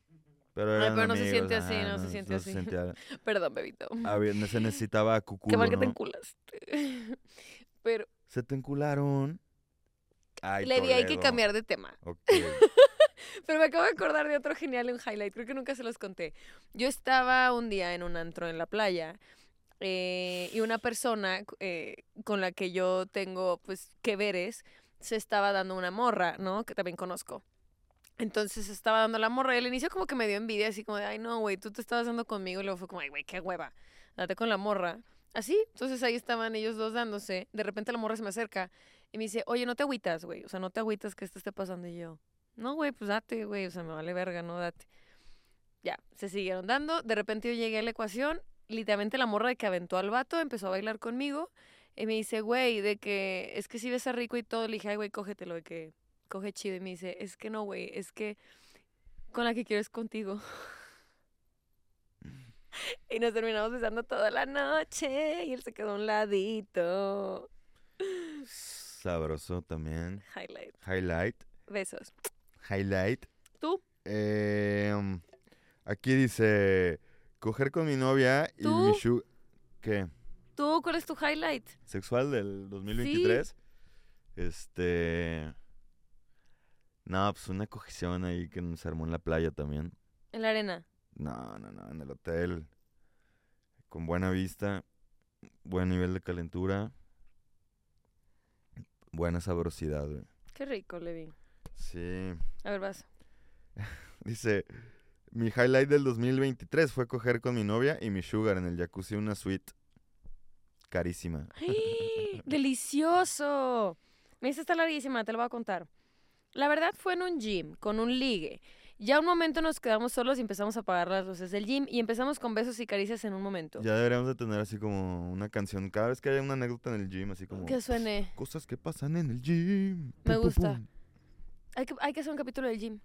[SPEAKER 1] Pero,
[SPEAKER 2] Ay,
[SPEAKER 1] eran
[SPEAKER 2] pero no se
[SPEAKER 1] amigos,
[SPEAKER 2] siente así,
[SPEAKER 1] ajá,
[SPEAKER 2] no se siente así.
[SPEAKER 1] sentía-
[SPEAKER 2] Perdón, bebito.
[SPEAKER 1] había- no se necesitaba cuculo,
[SPEAKER 2] Qué mal que te
[SPEAKER 1] Ah, ¿no?
[SPEAKER 2] enculaste. Pero
[SPEAKER 1] Se te encularon. Ay,
[SPEAKER 2] le di hay que
[SPEAKER 1] Toledo.
[SPEAKER 2] cambiar de tema.
[SPEAKER 1] Ok.
[SPEAKER 2] Pero me acabo de acordar de otro genial, un highlight. Creo que nunca se los conté. Yo estaba un día en un antro en la playa eh, y una persona eh, con la que yo tengo, pues, que veres, se estaba dando una morra, ¿no? Que también conozco. Entonces se estaba dando la morra y al inicio como que me dio envidia, así como de, ay, no, güey, tú te estabas dando conmigo. Y luego fue como, ay, güey, qué hueva, date con la morra. Así, entonces ahí estaban ellos dos dándose. De repente la morra se me acerca y me dice, oye, no te agüitas, güey. O sea, no te agüitas que esto esté pasando. Y yo, no, güey, pues date, güey, o sea, me vale verga, no date. Ya, se siguieron dando. De repente yo llegué a la ecuación, literalmente la morra de que aventó al vato empezó a bailar conmigo y me dice, güey, de que es que si ves a rico y todo, le dije, ay, güey, cógetelo, de que coge chido. Y me dice, es que no, güey, es que con la que quiero es contigo. Y nos terminamos besando toda la noche y él se quedó a un ladito.
[SPEAKER 1] Sabroso también.
[SPEAKER 2] Highlight.
[SPEAKER 1] Highlight.
[SPEAKER 2] Besos.
[SPEAKER 1] Highlight.
[SPEAKER 2] ¿Tú?
[SPEAKER 1] Em, aquí dice, coger con mi novia y mi
[SPEAKER 2] ¿Tú?
[SPEAKER 1] shu- ¿Qué?
[SPEAKER 2] ¿Tú cuál es tu highlight?
[SPEAKER 1] sexual del 2023. Este. No, pues una cogición ahí que nos armó en la playa también.
[SPEAKER 2] En la arena.
[SPEAKER 1] No, no, no, en el hotel. Con buena vista, buen nivel de calentura, buena sabrosidad, güey.
[SPEAKER 2] Qué rico, Levi.
[SPEAKER 1] Sí.
[SPEAKER 2] A ver, vas.
[SPEAKER 1] Dice, mi highlight del 2023 fue coger con mi novia y mi sugar en el jacuzzi una suite carísima.
[SPEAKER 2] ¡Ay! ¡Ah! ¡Delicioso! Me dice está larguísima, te lo voy a contar. La verdad fue en un gym, con un ligue. Ya un momento nos quedamos solos y empezamos a apagar las luces del gym y empezamos con besos y caricias en un momento.
[SPEAKER 1] Ya deberíamos de tener así como una canción cada vez que haya una anécdota en el gym, así como pues.
[SPEAKER 2] Que suene.
[SPEAKER 1] cosas que pasan en el gym.
[SPEAKER 2] Me
[SPEAKER 1] Pum, pum,
[SPEAKER 2] gusta.
[SPEAKER 1] pum.
[SPEAKER 2] Hay que, hay que hacer un capítulo del gym.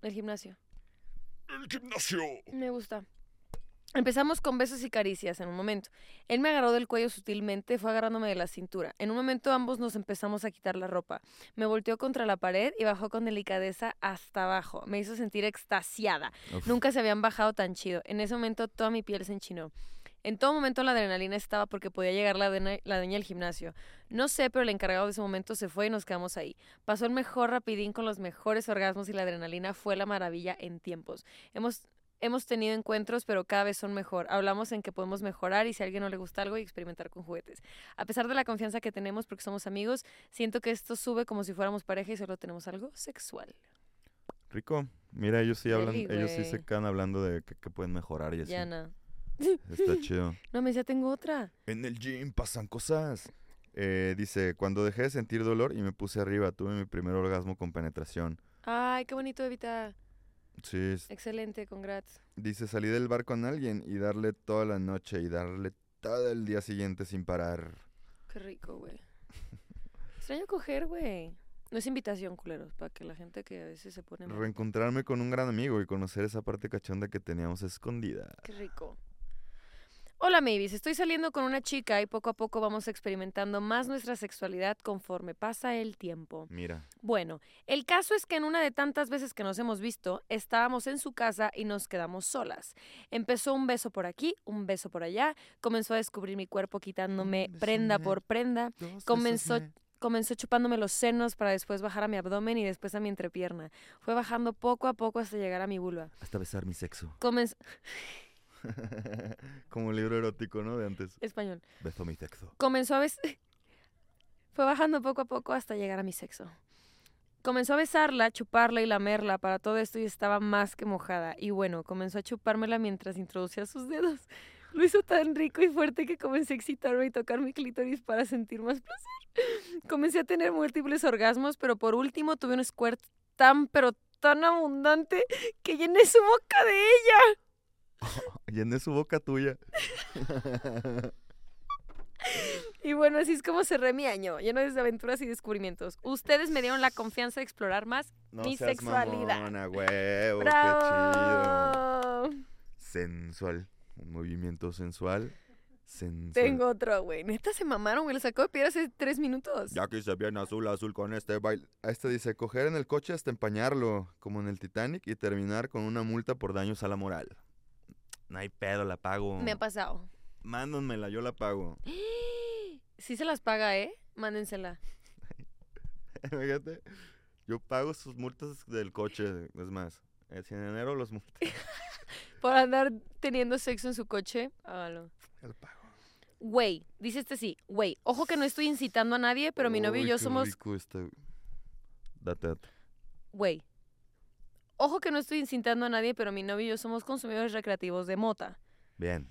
[SPEAKER 2] Del gimnasio.
[SPEAKER 1] El gimnasio.
[SPEAKER 2] Me gusta. Empezamos con besos y caricias en un momento. Él me agarró del cuello sutilmente, fue agarrándome de la cintura. En un momento ambos nos empezamos a quitar la ropa. Me volteó contra la pared y bajó con delicadeza hasta abajo. Me hizo sentir extasiada.
[SPEAKER 1] Uf.
[SPEAKER 2] Nunca se habían bajado tan chido. En ese momento toda mi piel se enchinó. En todo momento la adrenalina estaba porque podía llegar la, dueña- la dueña del gimnasio. No sé, pero el encargado de ese momento se fue y nos quedamos ahí. Pasó el mejor rapidín con los mejores orgasmos y la adrenalina fue la maravilla en tiempos. Hemos, hemos tenido encuentros, pero cada vez son mejor. Hablamos en que podemos mejorar y si a alguien no le gusta algo y experimentar con juguetes. A pesar de la confianza que tenemos porque somos amigos, siento que esto sube como si fuéramos pareja y solo tenemos algo sexual.
[SPEAKER 1] Rico. Mira, ellos sí hablan,
[SPEAKER 2] Deli,
[SPEAKER 1] ellos sí se
[SPEAKER 2] güey.
[SPEAKER 1] quedan hablando de que, que pueden mejorar y así.
[SPEAKER 2] Yana.
[SPEAKER 1] Está chido.
[SPEAKER 2] No, me decía, tengo otra.
[SPEAKER 1] En el gym pasan cosas. Eh, dice, cuando dejé de sentir dolor y me puse arriba, tuve mi primer orgasmo con penetración.
[SPEAKER 2] Ay, qué bonito, Evita.
[SPEAKER 1] Sí, es-
[SPEAKER 2] Excelente, congrats.
[SPEAKER 1] dice, salí del bar con alguien y darle toda la noche y darle todo el día siguiente sin parar.
[SPEAKER 2] Qué rico, güey. Extraño coger, güey. No es invitación, culeros, para que la gente que a veces se pone... mal.
[SPEAKER 1] Reencontrarme con un gran amigo y conocer esa parte cachonda que teníamos escondida.
[SPEAKER 2] Qué rico. Hola, Mavis. Estoy saliendo con una chica y poco a poco vamos experimentando más nuestra sexualidad conforme pasa el tiempo.
[SPEAKER 1] Mira,
[SPEAKER 2] Bueno, el caso es que en una de tantas veces que nos hemos visto, estábamos en su casa y nos quedamos solas. Empezó un beso por aquí, un beso por allá, comenzó a descubrir mi cuerpo quitándome
[SPEAKER 1] beso
[SPEAKER 2] prenda
[SPEAKER 1] me-
[SPEAKER 2] por prenda,
[SPEAKER 1] dos
[SPEAKER 2] Comenzó-
[SPEAKER 1] besos
[SPEAKER 2] Comenzó chupándome los senos para después bajar a mi abdomen y después a mi entrepierna. Fue bajando poco a poco hasta llegar a mi vulva.
[SPEAKER 1] me- hasta besar mi sexo.
[SPEAKER 2] Comenz-
[SPEAKER 1] Como el libro erótico, ¿no? De antes.
[SPEAKER 2] Español.
[SPEAKER 1] Beso mi sexo.
[SPEAKER 2] Comenzó a bes- Fue bajando poco a poco hasta llegar a mi sexo. Comenzó a besarla, chuparla y lamerla. Para todo esto y estaba más que mojada. Y bueno, comenzó a chupármela mientras introducía sus dedos. Lo hizo tan rico y fuerte que comencé a excitarme y tocar mi clítoris para sentir más placer. Comencé a tener múltiples orgasmos, pero por último tuve un squirt tan, pero tan abundante que llené su boca de ella.
[SPEAKER 1] Llené su boca tuya.
[SPEAKER 2] Y bueno, así es como cerré mi año, lleno de aventuras y descubrimientos. Ustedes me dieron la confianza de explorar más.
[SPEAKER 1] No
[SPEAKER 2] Mi
[SPEAKER 1] seas
[SPEAKER 2] sexualidad.
[SPEAKER 1] mamona, huevo, Oh, qué chido.
[SPEAKER 2] ¡Bravo!
[SPEAKER 1] Sensual. Un movimiento sensual. Sensual.
[SPEAKER 2] Tengo otro, güey. Neta, se mamaron, güey. Lo sacó de piedra hace tres minutos.
[SPEAKER 1] Ya que se viene azul, azul con este baile. Este dice, coger en el coche hasta empañarlo, como en el Titanic, y terminar con una multa por daños a la moral. No hay pedo, la pago.
[SPEAKER 2] Me ha pasado.
[SPEAKER 1] Mándenmela, yo la pago.
[SPEAKER 2] Sí se las paga, ¿eh? Mándensela.
[SPEAKER 1] Fíjate, yo pago sus multas del coche, es más. eh, Si en enero los multas,
[SPEAKER 2] Por andar teniendo sexo en su coche, hágalo.
[SPEAKER 1] yo la pago.
[SPEAKER 2] Güey, dice este sí. Güey, ojo que no estoy incitando a nadie, pero mi novio y
[SPEAKER 1] Uy,
[SPEAKER 2] yo
[SPEAKER 1] qué
[SPEAKER 2] somos
[SPEAKER 1] rico está. Date, date.
[SPEAKER 2] Güey. Ojo que no estoy incitando a nadie, pero mi novio y yo somos consumidores recreativos de mota.
[SPEAKER 1] Bien.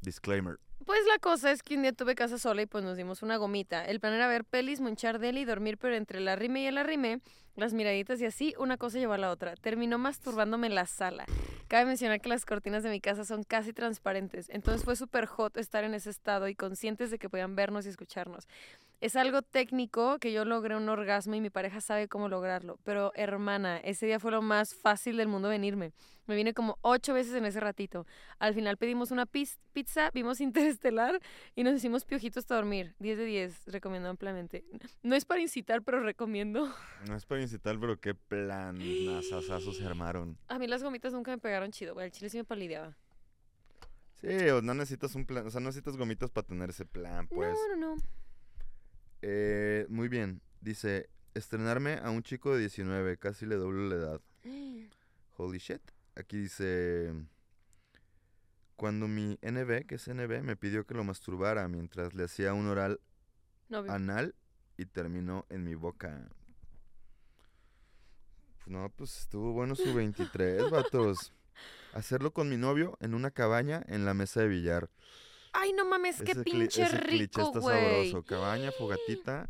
[SPEAKER 1] Disclaimer.
[SPEAKER 2] Pues la cosa es que un día tuve casa sola y pues nos dimos una gomita. El plan era ver pelis, munchar deli y dormir, pero entre la rime y el arrime, las miraditas y así, una cosa llevó a la otra. Terminó masturbándome en la sala. Cabe mencionar que las cortinas de mi casa son casi transparentes, entonces fue súper hot estar en ese estado y conscientes de que podían vernos y escucharnos. Es algo técnico que yo logré un orgasmo y mi pareja sabe cómo lograrlo, pero hermana, ese día fue lo más fácil del mundo venirme. Me vine como ocho veces en ese ratito. Al final pedimos una pis- pizza, vimos Interestelar y nos hicimos piojitos hasta dormir. 10 de 10, recomiendo ampliamente. No es para incitar, pero recomiendo.
[SPEAKER 1] No es para incitar, pero qué plan se armaron.
[SPEAKER 2] A mí las gomitas nunca me pegaron chido, güey. El chile sí me palideaba.
[SPEAKER 1] Sí, o no necesitas un plan, o sea, no necesitas gomitas para tener ese plan, pues.
[SPEAKER 2] No, no, no.
[SPEAKER 1] Eh, muy bien, dice, estrenarme a un chico de 19, casi le doblo la edad. Holy shit. Aquí dice, cuando mi NB, que es NB, me pidió que lo masturbara mientras le hacía un oral
[SPEAKER 2] No,
[SPEAKER 1] anal y terminó en mi boca. Pues No, pues estuvo bueno su 23, vatos. Hacerlo con mi novio en una cabaña en la mesa de billar.
[SPEAKER 2] Ay, no mames, qué
[SPEAKER 1] Ese cli-
[SPEAKER 2] pinche
[SPEAKER 1] ese cliché
[SPEAKER 2] rico,
[SPEAKER 1] está
[SPEAKER 2] güey.
[SPEAKER 1] sabroso. Cabaña, fogatita,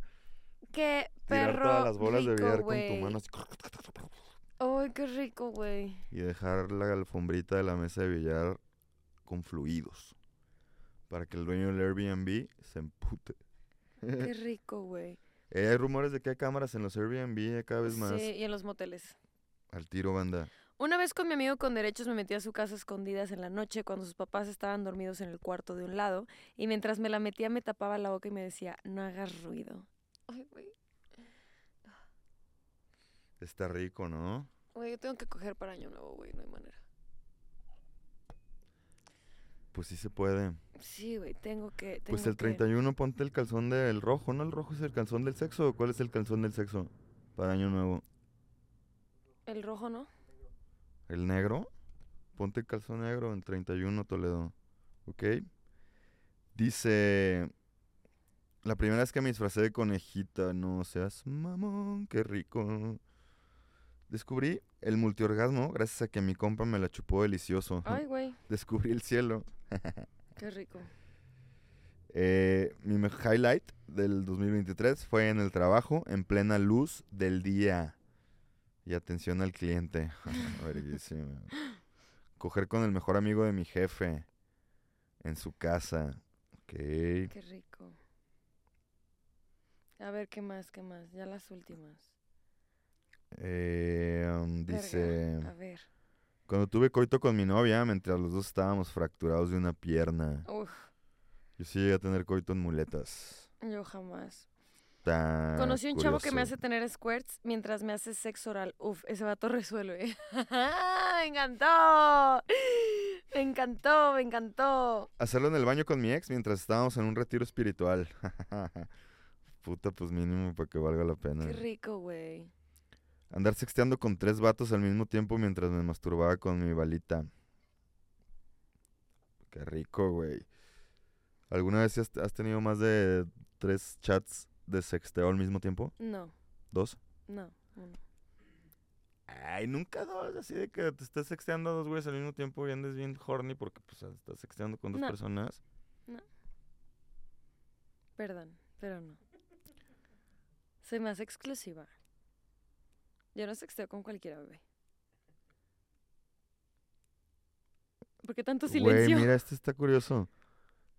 [SPEAKER 2] Qué
[SPEAKER 1] tirar
[SPEAKER 2] perro
[SPEAKER 1] todas las bolas de
[SPEAKER 2] rico,
[SPEAKER 1] billar con
[SPEAKER 2] güey.
[SPEAKER 1] tu mano así,
[SPEAKER 2] Ay, qué rico, güey.
[SPEAKER 1] y dejar la alfombrita de la mesa de billar con fluidos. Para que el dueño del Airbnb se empute.
[SPEAKER 2] Qué rico, güey.
[SPEAKER 1] Eh, hay rumores de que hay cámaras en los Airbnb eh, cada vez más.
[SPEAKER 2] Sí, y en los moteles.
[SPEAKER 1] Al tiro, banda.
[SPEAKER 2] Una vez con mi amigo con derechos me metí a su casa a escondidas en la noche cuando sus papás estaban dormidos en el cuarto de un lado y mientras me la metía me tapaba la boca y me decía, no hagas ruido. Ay, güey,
[SPEAKER 1] Está rico, ¿no?
[SPEAKER 2] güey, yo tengo que coger para año nuevo, güey, no hay manera.
[SPEAKER 1] Pues sí se puede.
[SPEAKER 2] Sí, güey, tengo que...
[SPEAKER 1] Pues
[SPEAKER 2] tengo
[SPEAKER 1] el
[SPEAKER 2] que-
[SPEAKER 1] 31 ponte el calzón del rojo, ¿no? ¿El rojo es el calzón del sexo o cuál es el calzón del sexo para Año Nuevo?
[SPEAKER 2] El rojo, ¿no?
[SPEAKER 1] ¿El negro? Ponte el calzón negro en 31 Toledo, ¿ok? Dice, la primera vez que me disfracé de conejita, no seas mamón, qué rico. Descubrí el multiorgasmo gracias a que mi compa me la chupó delicioso.
[SPEAKER 2] Ay, güey,
[SPEAKER 1] Descubrí el cielo.
[SPEAKER 2] qué rico.
[SPEAKER 1] Eh, mi me- highlight del 2023 fue en el trabajo, en plena luz del día. Y atención al cliente. Verguísima. Coger con el mejor amigo de mi jefe. En su casa. Ok.
[SPEAKER 2] Qué rico. A ver, ¿qué más? ¿Qué más? Ya las últimas.
[SPEAKER 1] Eh, um,
[SPEAKER 2] Verga,
[SPEAKER 1] dice.
[SPEAKER 2] A ver.
[SPEAKER 1] Cuando tuve coito con mi novia, mientras los dos estábamos fracturados de una pierna.
[SPEAKER 2] Uf,
[SPEAKER 1] Yo sí llegué a tener coito en muletas.
[SPEAKER 2] yo jamás.
[SPEAKER 1] Está
[SPEAKER 2] Conocí un chavo que me
[SPEAKER 1] Ah, curioso.
[SPEAKER 2] hace tener squirts mientras me hace sexo oral. Uf, ese vato resuelve. ¡Me encantó! ¡Me encantó, me encantó!
[SPEAKER 1] Hacerlo en el baño con mi ex mientras estábamos en un retiro espiritual. Puta, pues mínimo para que valga la pena.
[SPEAKER 2] Qué rico, güey.
[SPEAKER 1] Andar sexteando con tres vatos al mismo tiempo mientras me masturbaba con mi balita. Qué rico, güey. ¿Alguna vez has, has tenido más de tres chats de sexteo al mismo tiempo?
[SPEAKER 2] No,
[SPEAKER 1] ¿Dos?
[SPEAKER 2] no. uno.
[SPEAKER 1] Ay, nunca dos. Así de que te estés sexteando a dos güeyes al mismo tiempo y andes bien horny porque pues estás sexteando con dos
[SPEAKER 2] No.
[SPEAKER 1] personas.
[SPEAKER 2] Perdón, pero no. Soy más exclusiva. Yo no sexteo con cualquiera, bebé. ¿Por qué tanto silencio?
[SPEAKER 1] Güey, mira, este está curioso.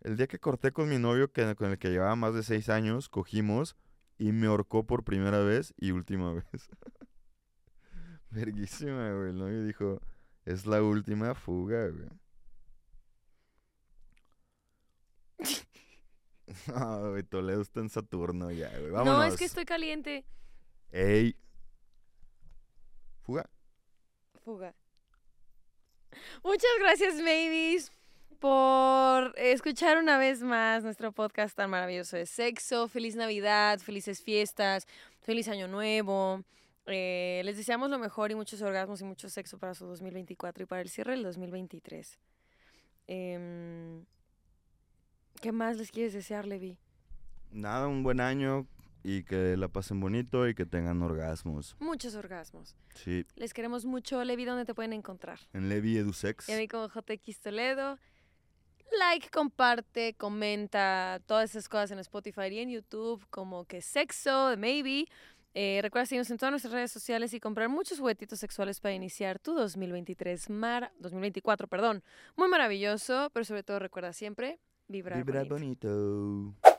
[SPEAKER 1] El día que corté con mi novio, que, con el que llevaba más de seis años, cogimos y me ahorcó por primera vez y última vez. Verguísima, güey. El novio dijo, es la última fuga, güey. No, güey, Toledo está en Saturno ya, güey. Vámonos.
[SPEAKER 2] No, es que estoy caliente.
[SPEAKER 1] Ey. Fuga.
[SPEAKER 2] Fuga. Muchas gracias, babies, por escuchar una vez más nuestro podcast tan maravilloso de sexo. Feliz Navidad, felices fiestas, feliz Año Nuevo. Eh, les deseamos lo mejor y muchos orgasmos y mucho sexo para su 2024 y para el cierre del 2023. Em, ¿Qué más les quieres desear, Levi?
[SPEAKER 1] Nada, un buen año y que la pasen bonito y que tengan orgasmos.
[SPEAKER 2] Muchos orgasmos.
[SPEAKER 1] Sí.
[SPEAKER 2] Les queremos mucho, Levi, ¿dónde te pueden encontrar?
[SPEAKER 1] En Levi Edusex.
[SPEAKER 2] Y a mí como JX Toledo. Like, comparte, comenta, todas esas cosas en Spotify y en YouTube, como que sexo, maybe. Eh, recuerda seguirnos en todas nuestras redes sociales y comprar muchos juguetitos sexuales para iniciar tu 2023, mar 2024, perdón. Muy maravilloso, pero sobre todo recuerda siempre vibrar,
[SPEAKER 1] Vibra
[SPEAKER 2] bonito.
[SPEAKER 1] bonito.